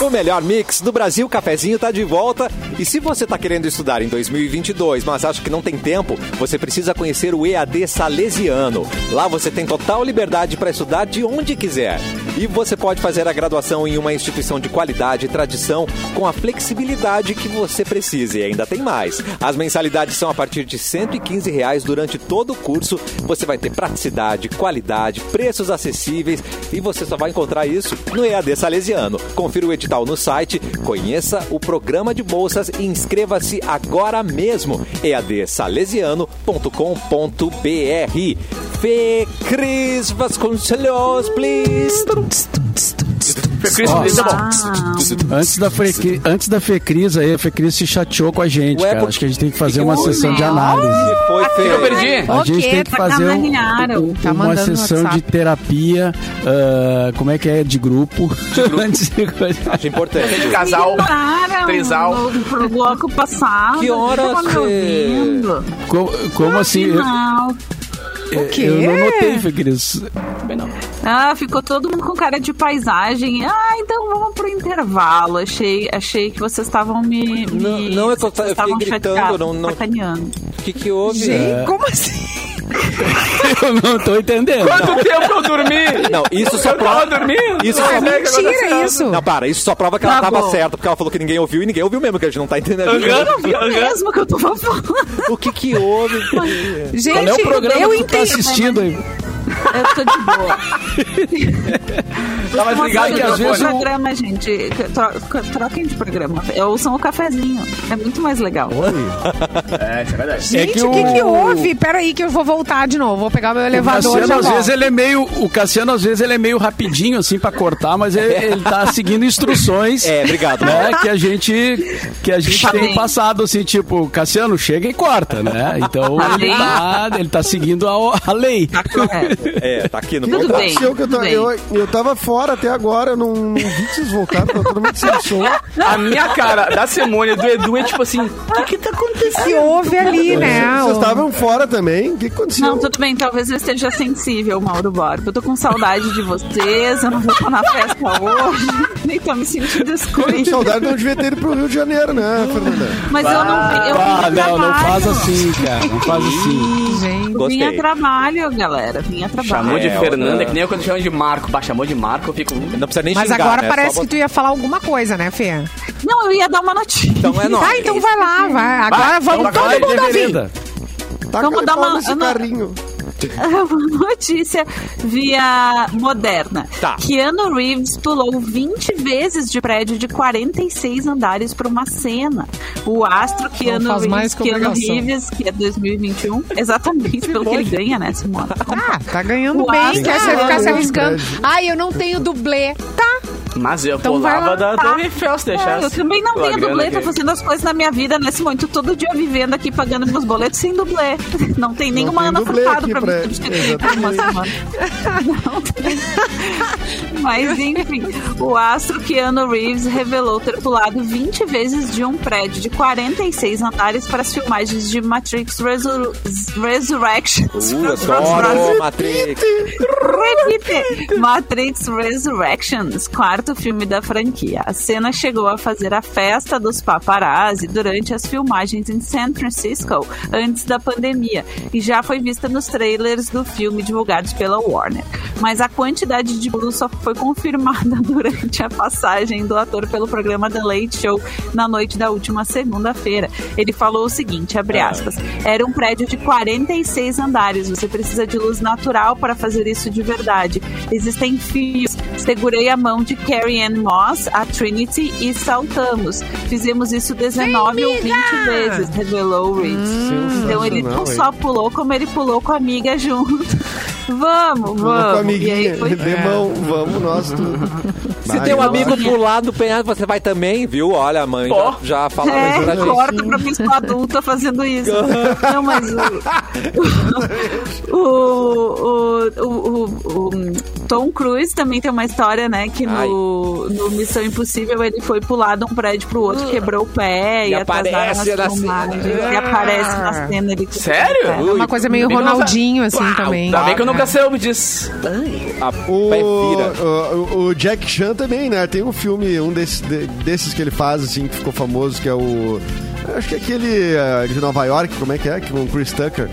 O melhor mix do Brasil, cafezinho tá de volta. E se você tá querendo estudar em 2022, mas acha que não tem tempo, você precisa conhecer o EAD Salesiano. Lá você tem total liberdade para estudar de onde quiser. E você pode fazer a graduação em uma instituição de qualidade e tradição com a flexibilidade que você precisa. E ainda tem mais. As mensalidades são a partir de R$ 115 reais durante todo o curso. Você vai ter praticidade, qualidade, preços acessíveis e você só vai encontrar isso no EAD Salesiano. Confira o edital no site, conheça o programa de bolsas e inscreva-se agora mesmo. eadsalesiano.com.br Fê Cris Vasconcelos, please.
Foi Chris Chris, tá bom.
Antes da, Fecri, antes da Fecris aí, a Fecris se chateou com a gente,
Ué,
cara.
por-
Acho que a gente tem que
que
fazer
é?
uma
que houve?
sessão de análise.
Ah, Que foi, Fê?
Eu perdi.
A
O
gente
quê?
tem que fazer um-
Sacanearam.
um-
Tá
uma
mandando no
sessão de
WhatsApp.
terapia, ah, como é que é, de grupo. Antes de coisa-
Acho importante.
Casal.
Ignoraram
Trisal.
No, pro bloco passado.
Que horas,
Não tava me
Fê?
ouvindo. Ah,
como, como
Ah,
assim? Eu,
Afinal.
eu-
quê?
eu não notei, Fecris.
Ah, ficou todo mundo com cara de paisagem. Ah, então vamos pro intervalo. Achei, achei que vocês estavam me, me-
Não- não, é que eu ta- eu
vocês estavam
fiquei gritando,
chateados,
não- não-
sacaneando.
O que, que houve?
Gente, como assim?
Eu não tô entendendo.
Quanto tempo eu dormi?
Não, isso só
Eu tava
prova.
dormindo.
Isso
Ah,
só
mentira isso.
Não, para, isso só prova que ela
é Tá
tava
bom.
certa, porque ela falou que ninguém ouviu e ninguém ouviu mesmo, que a gente não tá entendendo.
É o mesmo que eu tô falando.
O que que houve?
Qual
Gente,
é o programa
eu
que tu tá
entendi.
assistindo aí?
Eu tô de boa.
Tava desligado o
Tá que às vezes
Nossa, trocou o
microfone.
eu-
programa, gente. Tro- Troquem de programa. Ouçam o cafezinho. É muito mais legal.
É, isso é verdade.
É
Gente,
que
o que,
o-
que houve? Peraí que eu vou voltar de novo. Vou pegar meu elevador
Cassiano,
e já
às
volto.
vezes ele é meio, o Cassiano às vezes ele é meio rapidinho assim pra cortar, mas ele, ele tá seguindo instruções.
É, obrigado.
Né, que a gente que a gente
Tá
tem
bem.
passado assim, tipo, Cassiano chega e corta, né? Então
Tá
ele
bem.
tá, ele tá seguindo a, a lei.
Tá correto.
É, tá aqui no
Tudo
contrato.
bem.
Aconteceu que eu,
tudo
ta-
bem.
eu, eu tava fora até agora, eu não, não vi que vocês voltaram, tava todo mundo sem som.
A minha cara da Simone do Edu é tipo assim: o que, que tá acontecendo?
Se houve ali, né?
Vocês tá-
o-
estavam fora também? O que aconteceu?
Não, tudo bem, talvez eu esteja sensível, Mauro Borba. Eu tô com saudade de vocês, eu não vou estar na festa hoje, nem tô me sentindo
Com
Então,
excluída.
saudade não devia ter ido pro Rio de Janeiro, né, Fernanda?
Mas eu não eu
Ah,
vim a
não, não faz
trabalho.
assim, cara. Não faz assim.
Gente,
Vim a
Gostei.
trabalho, galera. Vim a trabalho.
Chamou de
É,
Fernanda,
outra-
que nem eu quando chamam de Marco. Bah, chamou de Marco, eu fico.
Não precisa nem
mas
xingar,
agora
né?
parece
Só
que tu ia falar alguma coisa, né, Fê?
Não, eu ia dar uma notícia.
Então é nóis.
Ah, então vai lá, vai. Agora vamos todo
Vai,
mundo ouvir.
Devereda.
Tá
Vamos dar uma-
nesse
uma-
carrinho.
É Uma notícia via moderna.
Tá.
Keanu Reeves pulou 20 vezes de prédio de 46 andares para uma cena. O astro Keanu
faz
Reeves,
mais que
Keanu
obrigação.
Reeves, que é 2021, exatamente pelo que ele ganha, né, Simona?
Ah, tá ganhando
O
bem,
astro
quer se
é
ficar se
muito
arriscando.
grande.
Ai, eu não tenho dublê. Tá,
Mas eu
Então vai lá.
pulava da
Tá.
Torre Eiffel se
É,
deixasse.
eu também não
Pela
tenho
grana
tá
dublê, tô
que-
fazendo as coisas na minha vida nesse momento, todo dia vivendo aqui, pagando meus boletos sem dublê. Não tem nenhuma
tem
Ana
dublê
Furtado
aqui
pra
pra-
me substituir por uma semana. Não tem. Mas enfim, o astro Keanu Reeves revelou ter pulado 20 vezes de um prédio de 46 andares para as filmagens de Matrix Resur Resurrections.
Uh,
Brasil.
adoro Matrix.
Repite! Matrix Resurrections, quarto filme da franquia. A cena chegou a fazer a festa dos paparazzi durante as filmagens em San Francisco, antes da pandemia, e já foi vista nos trailers do filme divulgados pela Warner. Mas a quantidade de pulos só foi confirmada durante a passagem do ator pelo programa The Late Show na noite da última segunda-feira. Ele falou o seguinte, abre
Ah.
aspas, era um prédio de 46 andares, você precisa de luz natural para fazer isso de verdade. Existem fios. Segurei a mão de Carrie Ann Moss, a Trinity, e saltamos. Fizemos isso 19 ou 20 vezes, revelou o Reeves. então ele não
sensacional,
só pulou, como ele pulou com a amiga junto. Vamos, vamos.
Vamos com a
E aí
amiguinha,
foi- É.
demão, vamos nós tudo.
Se
Vai,
um
teu
eu-
um amigo pular do penhasco, você vai também, viu? Olha, mãe,
Ó.
já, já fala mais pra
É,
gente.
corta pra pessoa adulta fazendo isso. Não, mas o, o, o, o- o- o Tom Cruise também tem uma história, né? Que
Ai.
no, no Missão Impossível ele foi pular de um prédio pro
Ah.
outro, quebrou o pé e,
E
atrasaram as
aparece na
filmagens.
cena.
E aparece na cena ele.
Sério?
É, uma coisa meio
Bem que eu não sa-
Ronaldinho, assim,
Uau,
também.
Ainda bem que eu
Ah.
nunca soube disso. Ai.
A
O,
pé vira.
o- o Jack Chan também, né? Tem um filme, um desses, de- desses que ele faz, assim, que ficou famoso, que é o. Acho que é aquele ah, de Nova York, como é que é? Com o Chris Tucker.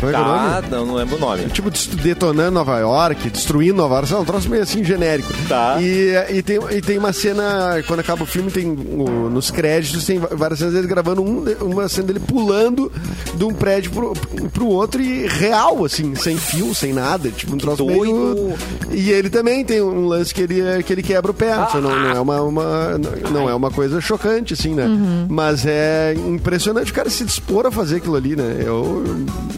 Como é que é o nome?
Tá, não, não lembro o nome.
Tipo, des- detonando Nova York, destruindo Nova York, sei lá, um troço meio assim genérico.
Tá.
E, e, tem, e tem uma cena, quando acaba o filme, tem o- nos créditos, tem va- várias cenas dele gravando um de- uma cena dele pulando de um prédio pro, pro outro e real, assim, sem fio, sem nada. Tipo, um troço
doido.
meio. E ele também tem um lance que ele, que ele quebra o pé. Isso Não, não é uma, uma- não é uma coisa chocante, assim, né? Mas é impressionante o cara se dispor a fazer aquilo ali, né? Eu,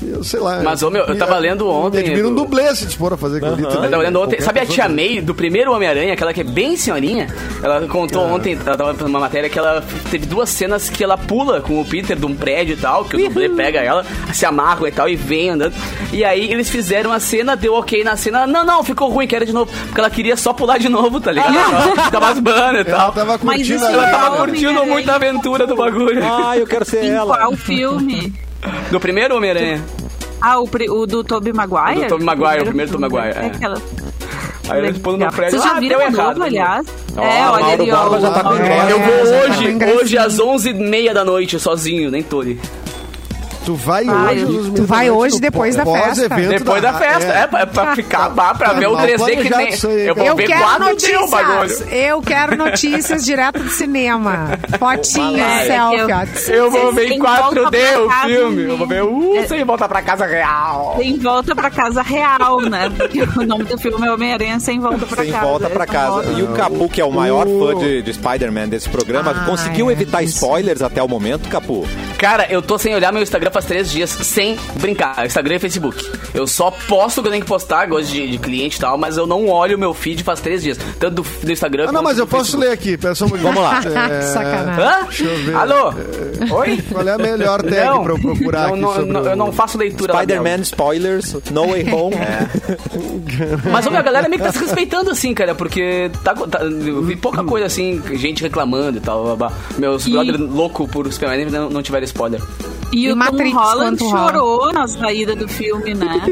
eu sei lá.
Mas, ô, meu, eu
Me-
tava lendo ontem,
Me admira um
Edu.
dublê se dispor a fazer aquilo ali também. né?
Eu tava olhando ontem.
Qualquer
Sabe a
pessoa
tia
também.
May, do primeiro Homem-Aranha, aquela que é bem senhorinha? Ela contou
Ah.
ontem, ela tava fazendo uma matéria que ela teve duas cenas que ela pula com o Peter de um prédio e tal, que o dublê pega ela, se amarra e tal, e vem andando. E aí eles fizeram a cena, deu ok na cena. Não, não, ficou ruim, quero de novo. Porque ela queria só pular de novo, tá ligado? Ela tava as bandas e
Ah. Ela
tal.
tava
Mas
curtindo
isso
ali.
é
Ela tava
Homem-Aranha.
curtindo muito a aventura do bagulho.
Ah, eu quero ser
Em
ela.
qual filme?
Do primeiro Homem-Aranha.
Ah, o, pri- o do Tobey Maguire?
O do Tobey Maguire, o primeiro Tobey Maguire, é.
aquela-
Aí eles pulam no
Legal.
prédio.
Vocês
Ah,
já
deu
viram o
errado.
novo, aliás?
Ó,
é, olha
Mauro
ali, ó.
Borba já tá
o-
com
o-
ideia.
Eu
É,
vou
já tá
hoje,
com
hoje às 11h30 da noite, sozinho, nem tô ali.
Tu vai
Ah,
hoje.
eu-
nos
Tu
minutos
vai
antes
hoje
do
depois da
pós-
festa.
evento
Depois da festa, é, pra, pra ficar pá, pra
tá
ver o
mal
3D que
planejado
nem.
isso aí,
eu
cara.
vou
Eu
ver
quero
4 d o bagulho.
notícias. Eu quero notícias direto do cinema. Fotinha,
É,
selfie,
eu-
ó.
Eu vou
Vocês
ver em
têm volta
4D
pra
o
casa,
filme.
né?
Eu vou ver uh, sem voltar pra casa real.
Sem volta pra casa real, né? Porque o nome do filme é Homem-Aranha Sem Volta pra
Sem
Casa. é Então,
volta pra
Essa
casa.
moda.
E o Capu, que é o maior fã de, de Spider-Man desse programa,
Ah,
conseguiu
é,
evitar
isso.
spoilers até o momento, Capu?
Cara, eu tô sem olhar meu Instagram faz três dias, sem brincar. Instagram e Facebook. Eu só posto o que eu tenho que postar, gosto de, de cliente e tal, mas eu não olho o meu feed faz três dias. Tanto do, do Instagram
Ah, não,
quanto
mas
do
eu posso
Facebook.
ler aqui. É, Pessoal, vamos
lá.
Sacanagem.
Ah.
Hã?
Deixa eu ver.
Alô? Oi?
Qual é a melhor tag
Não.
pra eu procurar
não,
aqui
não,
sobre
não,
o-
Eu não faço leitura lá dela.
Spider-Man spoilers, No Way Home.
É.
Mas olha, a galera meio que tá se respeitando assim, cara, porque tá, tá- eu vi pouca coisa assim, gente reclamando e tal. Blá, blá. Meus
E-
brother louco por Superman não, não tiveram spoiler.
E,
E
o
Matrix,
Tom Holland
quanto rola?
chorou na saída do filme, né?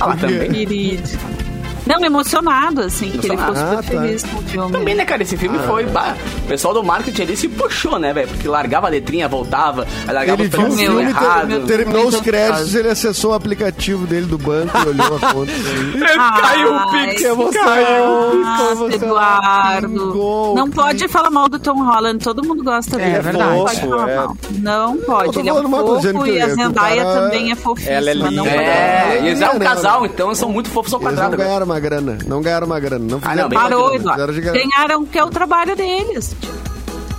Ah, lá, também.
Querido. Não, emocionado, assim, que ele ficou super
Ah, tá.
feliz com o filme.
Também, né, cara? Esse filme
Ah.
foi. bah, o pessoal do marketing ali se puxou, né, velho? Porque largava a letrinha, voltava, aí largava
Ele
os
viu o
Meu,
filme, ter-
errado.
terminou os
Muito
créditos,
errado.
ele acessou o aplicativo dele do banco e olhou a conta.
Caiu o
Ai,
pix.
Nossa,
Caiu!
Ah, Eduardo. não pode falar mal do Tom Holland, todo mundo gosta dele.
É verdade.
Não pode falar
É.
mal. Não
Eu
pode,
tô
ele é
falando
um
mal, tô dizendo
fofo
que
e
é
a
que o
Zendaya
cara-
também é fofíssima.
Ela é linda.
não pode.
É, e eles eram um
Não,
casal,
não.
então são muito fofos ao
né? Eles não
quadrado. cara.
ganharam uma grana. Não ganharam uma grana. Não fizeram
Ah, não, bem
uma
Parou,
grana,
Eduardo.
fizeram de grana.
Ganharam que é o trabalho deles.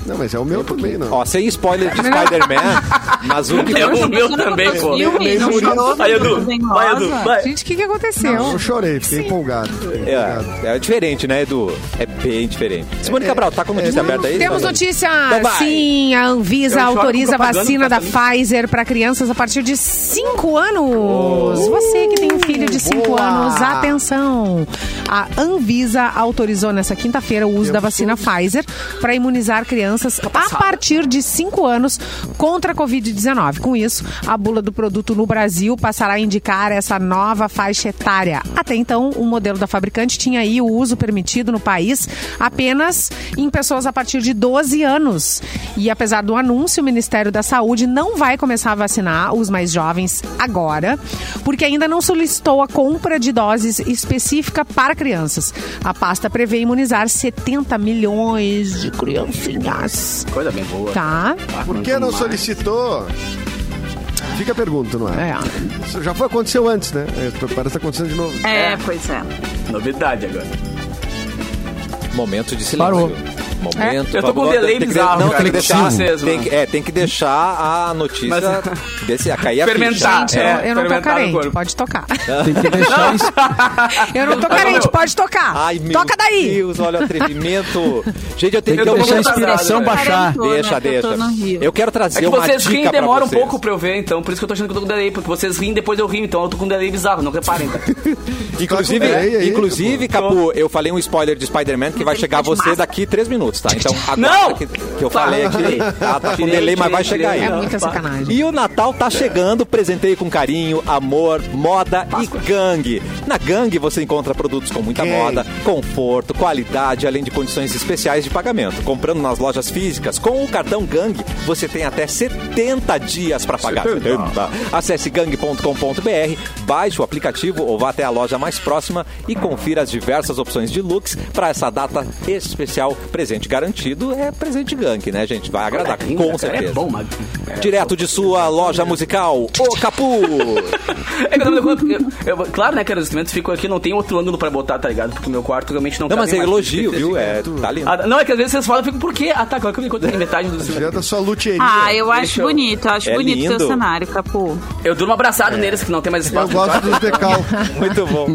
Não, mas é o
um
meu também, não.
Ó, sem spoiler de Spider-Man, mas o que
É o
Não
meu
chorou
também,
no
pô.
Filme,
Nem
não
por
chorou
isso.
no
Vai, Edu.
Nuvem
Vai, Edu.
Rosa.
Vai.
Gente, o que, que aconteceu?
Eu chorei, fiquei
Sim.
empolgado. fiquei empolgado.
É, é diferente, né, Edu? É bem diferente. Simone
É,
Cabral, tá com notícia
é,
aberta aí?
Temos
Tá.
notícia,
Então vai.
sim, a Anvisa
Eu choro com
autoriza a
propaganda,
vacina da
tá
Pfizer para crianças a partir de 5 anos. Você que tem um filho de 5
boa.
anos, atenção! A Anvisa autorizou nessa quinta-feira o uso da vacina Pfizer para imunizar crianças a partir de 5 anos contra a Covid-19. Com isso, a bula do produto no Brasil passará a indicar essa nova faixa etária. Até então, o modelo da fabricante tinha aí o uso permitido no país apenas em pessoas a partir de 12 anos. E apesar do anúncio, o Ministério da Saúde não vai começar a vacinar os mais jovens agora, porque ainda não solicitou a compra de doses específica para crianças. A pasta prevê imunizar 70 milhões de criancinhas.
Coisa bem boa.
Tá?
Por que não solicitou? Fica a pergunta, não é?
É.
Isso já foi, aconteceu antes, né? É, Parece que tá acontecendo de novo.
É, pois é.
Novidade agora.
Momento de silêncio.
Parou.
Momento.
É. Eu tô com um
Pablo,
delay
tem que-
bizarro,
Não,
cara,
tem que deixar.
deixa vocês,
tem
mano.
que- é, tem que deixar a notícia
Mas-
desse, a cair a
Fermentar.
ficha.
Eu,
É,
eu não tô
fermentar no
carente,
corpo.
pode tocar.
Tem que deixar isso.
Eu não tô carente,
meu-
pode tocar.
Tá Ai, meu
Toca daí!
Deus, olha o atrevimento. Gente, eu tenho
Tem que
eu vou
deixar a
trazer-
inspiração
Cara, eu
baixar.
tô, né,
Deixa,
que eu
deixa.
tô no Rio.
Eu quero trazer
É que
uma
vocês
dica
riem e
pra
demoram um
vocês.
pouco pra eu ver, então. Por isso que eu tô achando que eu tô com delay. Porque vocês riem, depois eu rio, então eu tô com delay bizarro. Não reparem, tá?
Inclusive,
Tá com delay aí,
inclusive Capu, eu falei um spoiler de Spider-Man que vai
tem
chegar a
que ficar de
você
máscara.
daqui três minutos, tá? Então, agora
Não!
que, que eu
Tá,
falei aqui,
tirei.
ah, tá com
Tirei,
delay, mas
tirei,
vai chegar aí.
tirei.
É muita sacanagem.
E o Natal tá chegando, presenteie com carinho, amor, moda e gangue. Na gangue você encontra produtos com muita
Gangue.
moda, conforto, qualidade, além de condições especiais de pagamento. Comprando nas lojas físicas, com o cartão Gang, você tem até 70 dias para pagar. 70. Acesse gang.com.br, baixe o aplicativo ou vá até a loja mais próxima e confira as diversas opções de looks para essa data especial. Presente garantido é presente Gang, né, gente? Vai agradar,
Olha,
com
cara,
certeza.
É bom, mas...
Direto de sua loja musical, O Capu.
É que eu, tava levando- eu- eu- claro, né, cara, os instrumentos ficam aqui, não tem outro ângulo pra botar, tá ligado? Porque meu quarto realmente não
Não, mas
cabe
é
mais.
elogio, viu? É, tá lindo.
Ah, não, é que às vezes vocês falam, eu fico, por quê? Ah, tá, claro que eu me encontro em metade do
Já é
instrumento.
da sua luteria.
Ah, eu acho
Deixa eu-
bonito, eu acho
É
bonito o
lindo.
teu cenário, Capu.
Eu durmo
É.
abraçado neles, que não tem mais
Eu
espaço. no
gosto
quarto.
dos decal.
Muito bom.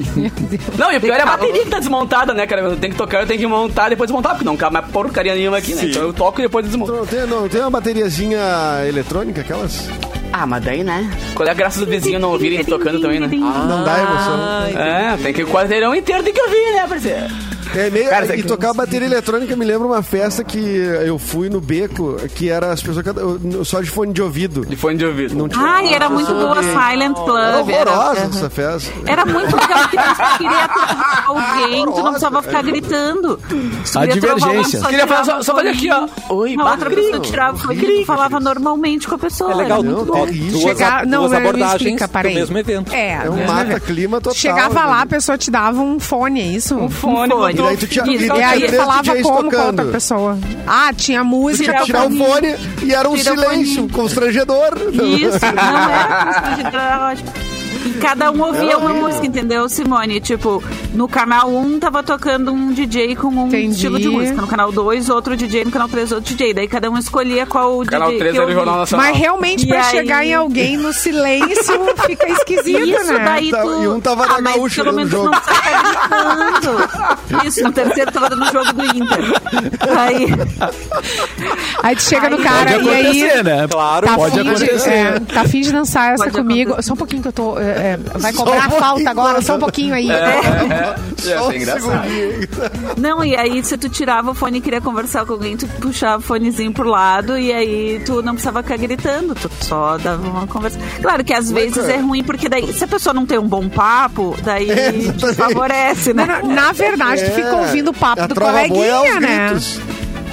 Não, e o pior é a bateria que tá desmontada, né, cara? Eu tenho que tocar, eu tenho que montar, depois desmontar, porque não cabe mais porcaria nenhuma aqui, né? Então eu toco e depois desmonto.
Não tem, não, tem uma bateriazinha eletrônica, aquelas?
Ah, mas daí, né? Qual é a graça do vizinho não ouvirem tocando também, né?
Não dá emoção.
É, tem que o quarteirão inteiro tem que ouvir, né, parceiro?
É meio,
Cara, isso
e
aqui-
tocar bateria eletrônica me lembra uma festa que eu fui no beco, que era as pessoas cada- só de fone de ouvido.
De fone de ouvido. Não
Ai, era muito boa Silent
Era
Club.
horrorosa
Era,
essa festa.
era muito legal porque tu só queria aturar alguém, tu não precisava ficar gritando. Tu
A
queria trovar uma,
divergência.
só
Queria falar, só-
tirava
só fazer aqui, ó.
o
Oi,
foninho, A outra
barulho.
pessoa tirava o foninho, tu falava normalmente com a pessoa. né?
É legal.
Era muito
Ó,
bom.
duas,
Chegar, não,
duas
mas me
abordagens
explica,
do
parei.
mesmo evento.
É,
É um
né?
mata-clima total.
Chegava lá, a
né?
pessoa te dava um fone, é isso?
Um fone,
fone.
E daí tu tinha,
Isso,
e
E
tu
Então,
aí
tinha três
falava
DJs
como com outra
tocando.
pessoa. Ah, tinha
Tu
música.
tinha que tirar o
tocando.
fone e era um
Tira o
silêncio
foninho.
constrangedor.
Isso, é não era uma música de- era ótimo. E cada um ouvia
Era
uma
É horrível.
música, entendeu, Simone? Tipo, No canal 1 tava tocando um DJ com um
Entendi.
estilo de música. No canal 2, outro DJ. No canal 3, outro DJ. Daí cada um escolhia qual DJ.
Canal 3
que
era o
eu
Jornal
vi.
Nacional.
Mas realmente,
E
pra
aí-
chegar em alguém no silêncio, fica esquisito,
Isso
né?
daí
Tá,
tu... Ah,
e um tava na
mas
gaúcha
pelo
no
menos
jogo.
não tá gritando. Isso, no terceiro tava dando jogo do Inter. Aí,
Aí tu chega no
Aí-
cara
Pode
e aí.
acontecer, né?
Claro,
Tá
Pode
fim de-
acontecer.
é, tá afim de dançar essa
Pode
comigo.
acontecer.
Só um pouquinho que eu tô. é, é, vai
Só um
cobrar a
pouquinho,
falta agora,
mano.
só um pouquinho aí.
É,
Só
é,
um
é engraçado.
segundinho.
não, e aí se tu tirava o fone e queria conversar com alguém, tu puxava o fonezinho pro lado e aí tu não precisava ficar gritando, tu só dava uma conversa. Claro que às vezes é ruim, porque daí, se a pessoa não tem um bom papo, daí
É, exatamente.
favorece, né?
Na, na verdade, tu fica
É,
ouvindo o papo
a
do
trova boa é
coleguinha,
aos
né?
Tá
gritos.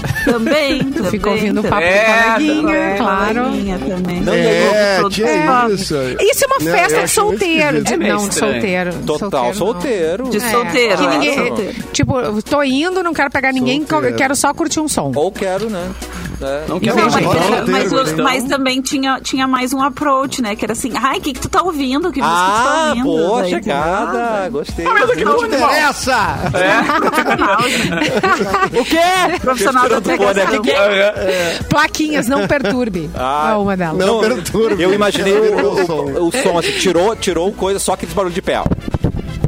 Também, também.
Fica ouvindo o papo
também.
É,
do coleguinha,
É,
claro.
coleguinha Também.
Não,
É,
Todo
tinha
papo.
isso.
Isso é uma
Não, eu
festa
acho
de solteiro.
esquisito.
de-
É meio
não, de
estranho.
solteiro.
Total
não.
solteiro.
De
É,
solteiro.
que
claro.
ninguém- Tipo, eu tô indo, não quero pegar ninguém, co-
Solteiro.
quero só curtir um som.
Ou quero, né? É.
Não quero
Não, mas,
mais.
Entendi.
era- mas
Roteiro,
os-
então.
mas também tinha, tinha mais um approach, né? Que era assim, ai, o que, que tu tá ouvindo? Que música tu "Ah, tá
Ah,
ouvindo?
boa
Daí,
chegada. Gostei.
Não interessa!
Profissional, gente. o quê? É, Profissional da pegação.
Plaquinhas, não perturbe.
Ah,
é uma delas.
Oh. Não perturbe.
Eu imaginei
Não
o,
perturbe
o- o som, assim, tirou, tirou coisa, só aqueles barulho de pé, ó.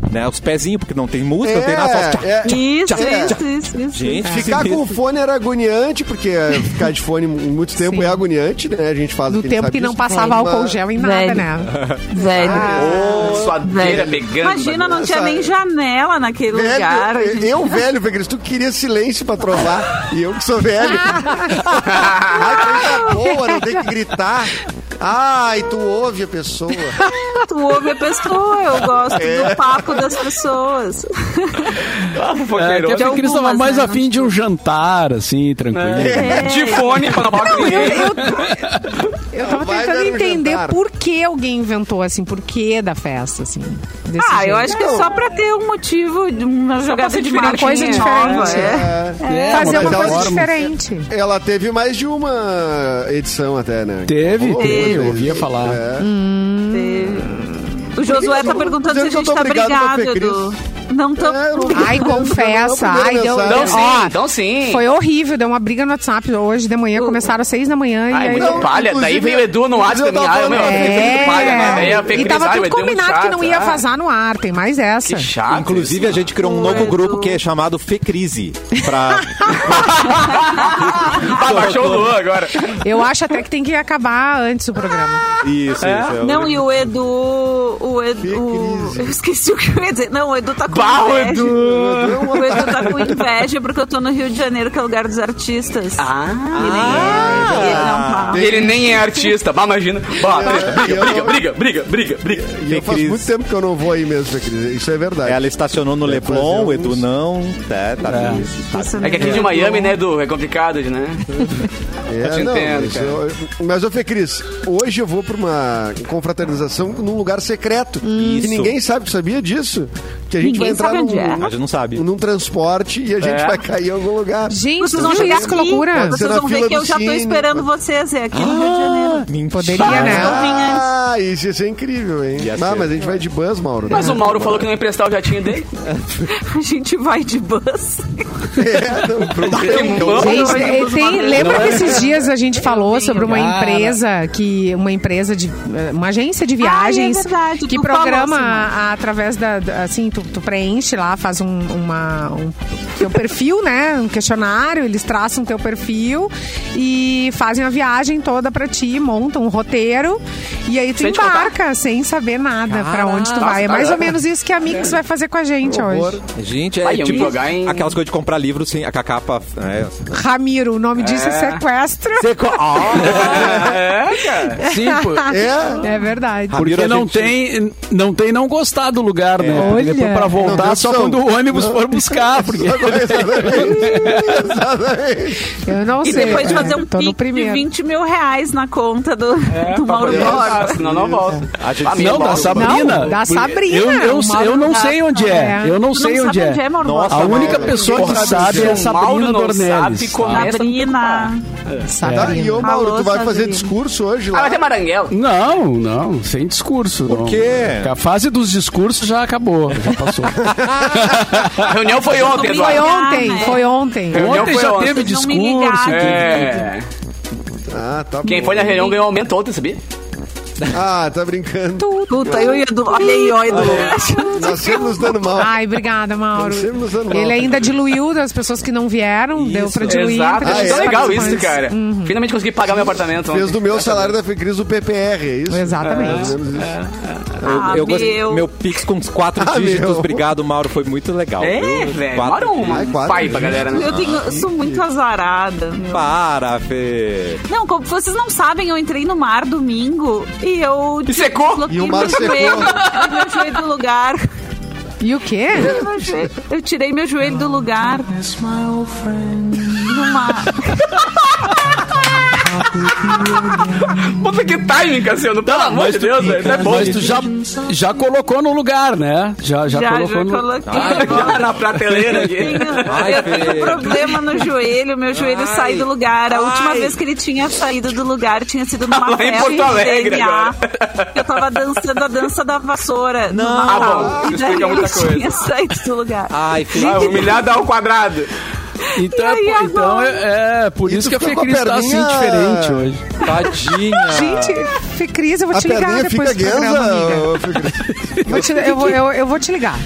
Né, os pezinhos, porque não tem música, não tem nada, só os tchá.
É, é.
Isso,
Tchau,
isso, isso, isso.
Gente,
Ficar com o fone era agoniante, porque ficar de fone muito tempo
Sim.
é agoniante, né? A gente faz
No
a gente
tempo
sabe
que não
disso.
passava
Mas-
álcool gel em nada,
Velho.
né?
Velho.
ah,
Suadeira
velho.
pegando.
Imagina, não tinha
Essa-
nem janela naquele
Velho,
lugar.
eu-
gente.
eu, velho, Fegris, tu queria silêncio pra trovar. e eu que sou velho. Ai, coisa boa, não tem que gritar. Ai, tu ouve a pessoa.
Tu ouve a pessoa, eu gosto
É.
do papo das pessoas.
Ah,
É,
fofoqueiro.
que a
algumas,
Cris tava mais
né?
afim de um jantar, assim, tranquilo.
É.
É.
De fone pra falar com
Eu,
ninguém.
eu, eu tava
Vai
tentando
dar um
entender
jantar.
por que alguém inventou, assim, por que da festa, assim. desse
Ah, eu
jeito.
acho que é
Não.
só pra ter um motivo, de uma jogada de
uma coisa
marketing
diferente.
nova, é.
É,
Fazer
mas
uma
ela
coisa
forma-
diferente.
Ela teve mais de uma edição até, né?
Teve,
Rolou
teve,
uma
eu ouvia
vez.
falar.
É.
O Josué tá
Dizendo
perguntando se a
que eu
gente
tô
tá
obrigado pra
brigado,
Fê
Edu. Não tô.
É, eu não-
Ai, confessa.
Não,
Ai, deu.
não,
Então
não,
ó,
sim, então sim.
foi horrível, deu uma briga no WhatsApp hoje de manhã, começaram às seis da manhã.
Ah,
e
é
aí...
muito
Não,
palha. Daí
inclusive,
veio o Edu no ar
inclusive eu
também. Ah,
tava
eu, meu,
falando-
é muito palha, né? Daí a Fê
E
Cris,
tava
ah, o Edu
tudo
é muito
combinado que
chato,
não ia
ah.
vazar no ar, tem mais essa.
Que chato.
Inclusive, a gente criou um novo
Edu.
grupo que é chamado Fecrise. Pra...
Ah, baixou o Luan agora.
Eu acho até que tem que acabar antes o programa.
Isso, isso. é o-
Não, e o Edu. O Edu.
crise.
Eu esqueci o que eu ia dizer. Não, o Edu tá com
Bah, o
inveja.
Edu.
O Edu tá com inveja porque eu tô no Rio de Janeiro, que é o lugar dos artistas.
Ah.
e nem e ele não tá.
E Ele nem é artista, bah, imagina. Bah,
É, eu-
briga, briga, briga, briga, briga, briga,
E eu
briga.
faz
Cris.
muito tempo que eu não vou aí mesmo, Fê Cris. Isso é verdade.
Ela estacionou no Leblon,
fazer
o Edu
alguns-
não. Tá, tá difícil.
É que aqui de Miami, né, Edu? É complicado, né?
É,
Eu te entendo,
mas,
cara.
eu, mas, ô Fê Cris, hoje eu vou pra uma confraternização num lugar secreto.
Hum.
Isso.
Que ninguém sabe, tu sabia disso? Que a gente vai
Ninguém
entrar
sabe
num,
onde é.
A gente não sabe.
num transporte e a gente
É.
vai cair em algum lugar.
Gente,
Vocês vão
viu
chegar
isso, que loucura.
aqui,
Pode ser
vocês
na
vão ver
fila
que eu
do
já tô
cine,
esperando
pode-
vocês, é aqui no Rio de Janeiro.
Poderia, né?
Ah, isso ia ser incrível, hein?
Ia
Ah,
ser.
mas a gente vai de bus, Mauro.
Mas
né?
o Mauro falou que não ia emprestar o jatinho dele.
A gente vai de bus.
É, um não, pro-
Tá
Gente,
Não,
eh,
não,
tem-
não,
lembra
não. é?
que esses dias a gente falou sobre uma
cara.
empresa que uma empresa de eh, uma agência de
Ah,
viagens
é verdade,
que
tu falou, assim.
programa
Simone.
a- através da da- assim tu, tu preenche lá faz um, uma um, teu perfil né um questionário eles traçam teu perfil e fazem a viagem toda pra ti montam um roteiro e aí tu
Sem te contar? tá
embarca sem saber nada pra onde tu vai é mais ou menos isso que a
É.
Mix vai fazer com a gente hoje
Gente, é
Vai, eu
tipo
ia jogar em-
aquelas coisas de comprar livro sem a capa. né?
Ramiro o nome disso é sequestro
É, cara.
Sim, pô.
É.
é verdade
Ramiro,
Porque
a
não
gente-
tem, não tem não gostar do lugar, né? Porque
Olha.
Depois pra
Não
voltar
tem
só
opção.
quando o ônibus for buscar, porque
Exatamente. Exatamente.
Eu não
E
sei.
depois de
cara.
fazer um
é. Tô no
pique de
primeiro.
20 mil reais na conta do, do
Pra
Mauro
poder
Borba.
voltar, Senão não volta.
A gente
Ah, meu
não, da
Mauro.
Sabrina.
Não, da
Porque
Sabrina.
Eu, eu,
O Mauro
eu não
tá-
sei onde é.
É.
Eu não
né? Tu
sei
não
onde
sabe onde
é.
é, Mauro
Nossa,
A
Borba?
única
Mauro.
pessoa que
Porra,
sabe é a
Mauro
Sabrina
não sabe
Dornelles.
como-
Sabrina.
Tá, e
Sabrina.
ô Mauro,
Alô,
tu vai fazer
Sabrina.
discurso hoje
Ah,
lá?
vai ter Maranguela.
Não, não, sem discurso. Por
quê?
A fase dos discursos já acabou, já passou.
A reunião foi ontem,
Domingo.
Foi
Eduardo.
ontem,
Ah, né?
foi ontem.
Reunião
ontem
foi
já
ontem.
teve
Vocês não me
discurso.
ligaram.
É.
Ah, tá
Quem
bom.
foi na reunião ganhou aumento ontem, sabia?
Ah, tá brincando.
Puta, eu e o Edu. Olha aí, ó, Edu.
Nós é sempre nos dando mal. Tá
Ai, obrigada, Mauro.
Sempre nos dando mal.
é Ele ainda diluiu das pessoas que não vieram, deu pra diluir.
Exato.
entre
Ah,
os
é legal isso,
participantes.
cara. Finalmente consegui pagar meu apartamento
Fez
ontem.
do meu salário da Fecris o PPR, é isso?
Exatamente. É.
Mais ou menos isso.
Ah,
Eu gosto-
meu.
Meu Pix com os quatro
Ah,
dígitos,
meu.
obrigado, Mauro. Foi muito legal.
É,
viu?
velho.
Quatro
Bora
dígitos.
um
Ai, quatro
pai pra galera, né?
Eu, tenho, eu sou muito azarada. meu.
Para, Fê.
Não, como vocês não sabem, eu entrei no mar domingo e eu.
é E secou?
desloquei
E o mar
meu
secou.
joelho, meu joelho do lugar.
E o quê?
Meu joelho- Eu tirei meu joelho do lugar. No mar.
Puta que timing, Cassiano. Pelo amor de Deus, velho. Isso é bom.
Mas tu já, já colocou no lugar, né? Já, já,
Já, já,
colocou no...
coloquei.
Já na prateleira aqui.
Tenho-
Ai,
eu tenho
Fê.
um problema no joelho, meu joelho
Ai.
sai do lugar. A última
Ai.
vez que ele tinha saído do lugar tinha sido numa
Lá em
festa
Porto Alegre
DNA.
agora.
Eu tava dançando a dança da vassoura
Não.
no Natal.
Ah, bom,
e
isso
daí
explica
ele
muita coisa.
tinha saído do lugar.
Ai, Fê.
Ah, humilhado ao quadrado.
Então,
E aí,
é, então
agora?
é, é por
E tu
isso que a
ficou com a
Fecris tá assim
perninha-
diferente hoje.
Tadinha.
Gente, Fê Cris, eu vou
A
te ligar
perninha
depois
fica
do programa,
guenza,
amiga.
ô, Fecris.
Vou te- eu, vou, eu, eu vou te ligar.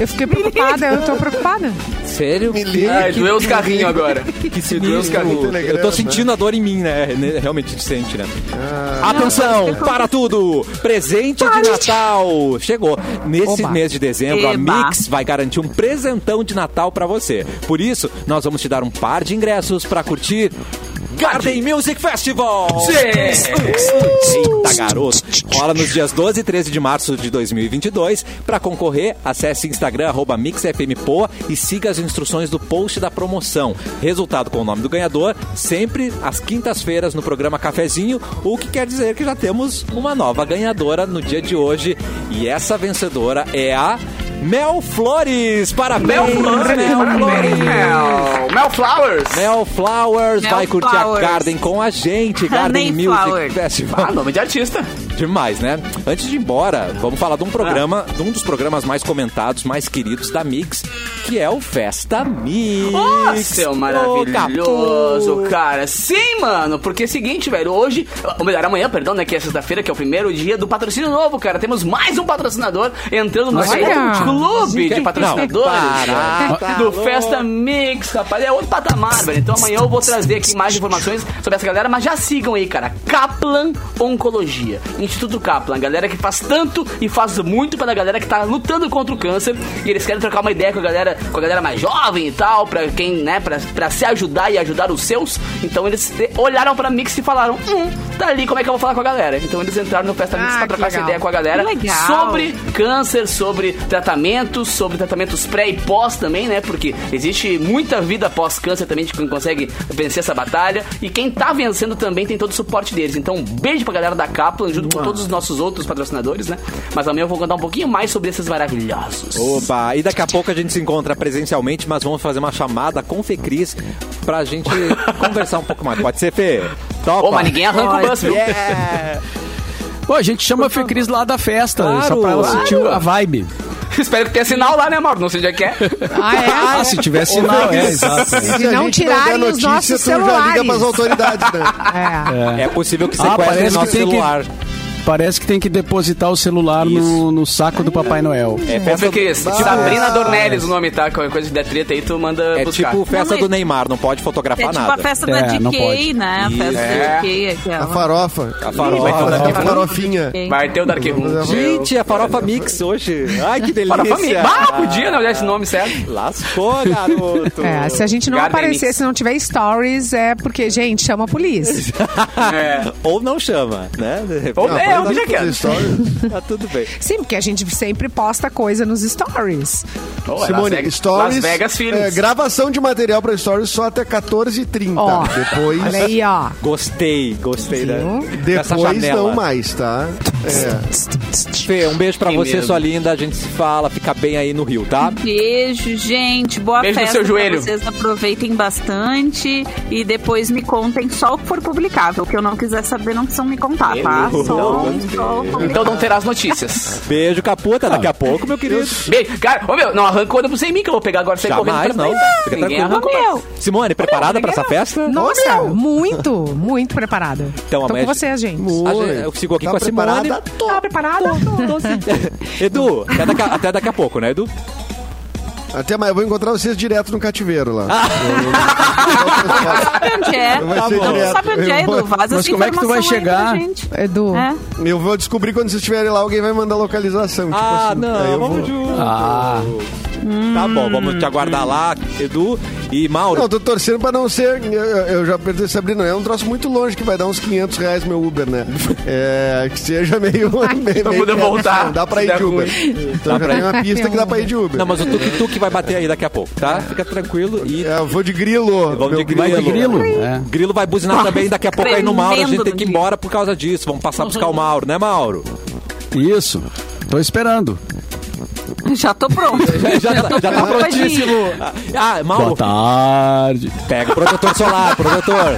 Eu fiquei preocupada, eu tô preocupada.
Sério?
Me liga.
Ai, doeu os carrinhos agora.
Que se doeu os
no
carrinhos.
Telegram,
Eu tô
né?
sentindo a dor em mim, né? Ne- Realmente te sente, né? Atenção, para tudo! Presente de Natal! Chegou! Nesse
Oba.
mês de dezembro, a
Eba.
Mix vai garantir um presentão de Natal pra você. Por isso, nós vamos te dar um par de ingressos pra curtir Garden Music Festival! Eita, garoto! Rola nos dias 12 e 13 de março de 2022. Para concorrer, acesse Instagram, arroba MixFMPoa e siga as instruções do post da promoção. Resultado com o nome do ganhador, sempre às quintas-feiras no programa Cafezinho, o que quer dizer que já temos uma nova ganhadora no dia de hoje. E essa vencedora é a... Mel Flores! Parabéns,
Mel Flores, parabéns, Mel. Mel Flowers.
Mel Flowers
Mel
vai curtir
Flowers.
a Garden com a gente. Garden Music
Flowers.
Ah,
Festival.
nome de artista.
Demais, né? Antes de ir embora, vamos falar de
Ah.
um programa, de um dos programas mais comentados, mais queridos da Mix, que é o Festa Mix.
Ah, seu
Ô,
maravilhoso,
Capu.
cara. Sim, mano, porque é o seguinte, velho, hoje, ou melhor, amanhã, perdão, né, que é sexta-feira, que é o primeiro dia do patrocínio novo, cara. Temos mais um patrocinador entrando no nosso
Olha.
clube de
Não,
patrocinadores
para,
cara,
tá
do
louco.
Festa Mix, rapaz. É outro patamar, velho. Então amanhã eu vou trazer aqui mais informações sobre essa galera, mas já sigam aí, cara. Kaplan Oncologia, Instituto Kaplan, galera que faz tanto e faz muito pela galera que tá lutando contra o câncer, e eles querem trocar uma ideia com a galera, com a galera mais jovem e tal, pra quem, né, pra, pra se ajudar e ajudar os seus. Então eles olharam pra Mix e falaram: "Hum, tá ali, como é que eu vou falar com a galera?". Então eles entraram no Festa Mix
Ah,
pra
que
trocar essa
legal.
ideia com a galera
Que legal.
sobre câncer, sobre tratamentos, sobre tratamentos pré e pós também, né? Porque existe muita vida pós câncer também de quem consegue vencer essa batalha. E quem tá vencendo também tem todo o suporte deles. Então, um beijo pra galera da Kaplan, junto com todos os nossos outros patrocinadores, né? Mas amanhã eu vou contar um pouquinho mais sobre esses maravilhosos.
Oba, e daqui a pouco a gente se encontra presencialmente, mas vamos fazer uma chamada com Fê Cris pra gente conversar um pouco mais. Pode ser, Fê? Topa?
Ô, mas ninguém arranca o bus, viu?
é. Yeah.
Pô, a gente chama a Fecris lá da festa,
Claro,
só pra ela
claro.
sentir a vibe.
Espero que tenha sinal lá, né, Mauro? Não sei onde é que é.
Ah,
Ah, se tivesse sinal, é, exato.
Se
não tirarem os nossos
tu já liga
celulares.
pras autoridades, né?
é? É.
É possível que
Ah,
sequestre
parece que
nosso
tem que-
Hum,
celular.
Parece que tem que depositar o celular
Isso.
no, no saco do Papai Noel.
É
Ô,
festa,
Fê Cris, Sabrina Dornelles o nome, tá? Qualquer coisa que der treta aí, tu manda
é
buscar.
tipo festa
mas-
do Neymar, não pode fotografar
É tipo
nada.
a festa
É,
da
não
DK,
pode.
né? A festa
É.
da DK,
A
aquela.
farofa.
A farofa.
Vai fazer
A
a farofinha.
Vai ter o Dark Room.
Gente, é farofa mix hoje. Ai, que delícia.
Para a família. Ah, podia, não olhar esse nome certo.
Lascou, garoto.
É, se a gente não
Garden
aparecer,
Mix.
se não tiver stories, é porque, gente, chama a polícia.
Ah.
É.
Ou não chama, né? De repente-
Ou- é,
Ah,
Não,
eu já quero.
Tá tudo bem.
Sim, porque a gente sempre posta coisa nos stories.
Oh, é Las
Simone,
Vegas-
stories.
Las Vegas Films.
é, gravação de material pra stories só até 14h30.
Ó,
Tá, Depois.
olha aí, ó.
Gostei, gostei da,
Viu?
dessa
Depois
janela.
não mais, tá?
Fê, um beijo pra
Que
você,
medo.
sua linda. A gente se fala, fica bem aí no Rio, tá?
Beijo, gente. Boa
Beijo no
festa
seu joelho.
pra vocês. Aproveitem bastante e depois me contem só o que for publicável. O que eu não quiser saber, não precisam me contar, tá?
Beleza.
Só,
Então,
só um
Então não terás notícias.
Beijo, caputa.
Ah.
Daqui a pouco, meu querido.
Beijo. Cara, ô meu, não arranca o ônibus em mim que eu vou pegar agora e sair
Jamais,
correndo. pra
não.
frente.
Fica
Ninguém
tranquilo.
arranca o
meu.
Simone, preparada pra essa festa?
Nossa, muito, muito preparada.
Então,
Então,
amanhã-
com vocês, gente.
A gente- eu sigo aqui
tá
com a Simone.
Tá preparada?
Edu, até daqui, a- até daqui a pouco, né, Edu?
Tipo Até mais, eu vou encontrar vocês direto no cativeiro lá.
Sabe onde é?
Vai
Ah, Tá
ser
bom.
direto.
Sabe onde é,
eu,
Edu?
vou,
Vaza
Mas
essa
como é que tu vai
informação aí pra
chegar?
gente.
Edu.
É.
eu vou descobrir quando vocês estiverem lá, alguém vai mandar localização. tipo
Ah,
assim. Aí
não,
eu
vamos
vou...
junto.
Ah.
Tá bom, vamos te aguardar lá, Edu e Mauro.
Não, eu tô torcendo pra não ser. Eu, eu já perdi Sabrina. É um troço muito longe que vai dar uns 500 reais meu Uber, né? É, que seja meio. meio,
Não
meio
puder voltar,
Não dá pra
se
ir
der
de Uber. Então já tem uma pista que dá pra ir de Uber.
Não, mas o tuk-tuk vai bater aí daqui a pouco, tá? Fica tranquilo e
É, eu vou de grilo.
Vamos de
meu
grilo.
Vai de grilo. É.
Grilo vai buzinar também daqui a pouco aí no Mauro. A gente tem que ir
Tremendo.
embora por causa disso. Vamos passar a buscar o Mauro, né, Mauro?
Isso. Tô esperando.
Já tô pronto.
Já, já, tá- já tá
preocupadinha.
prontíssimo. Ah,
Boa
Mauro,
tarde.
pega o protetor solar, protetor.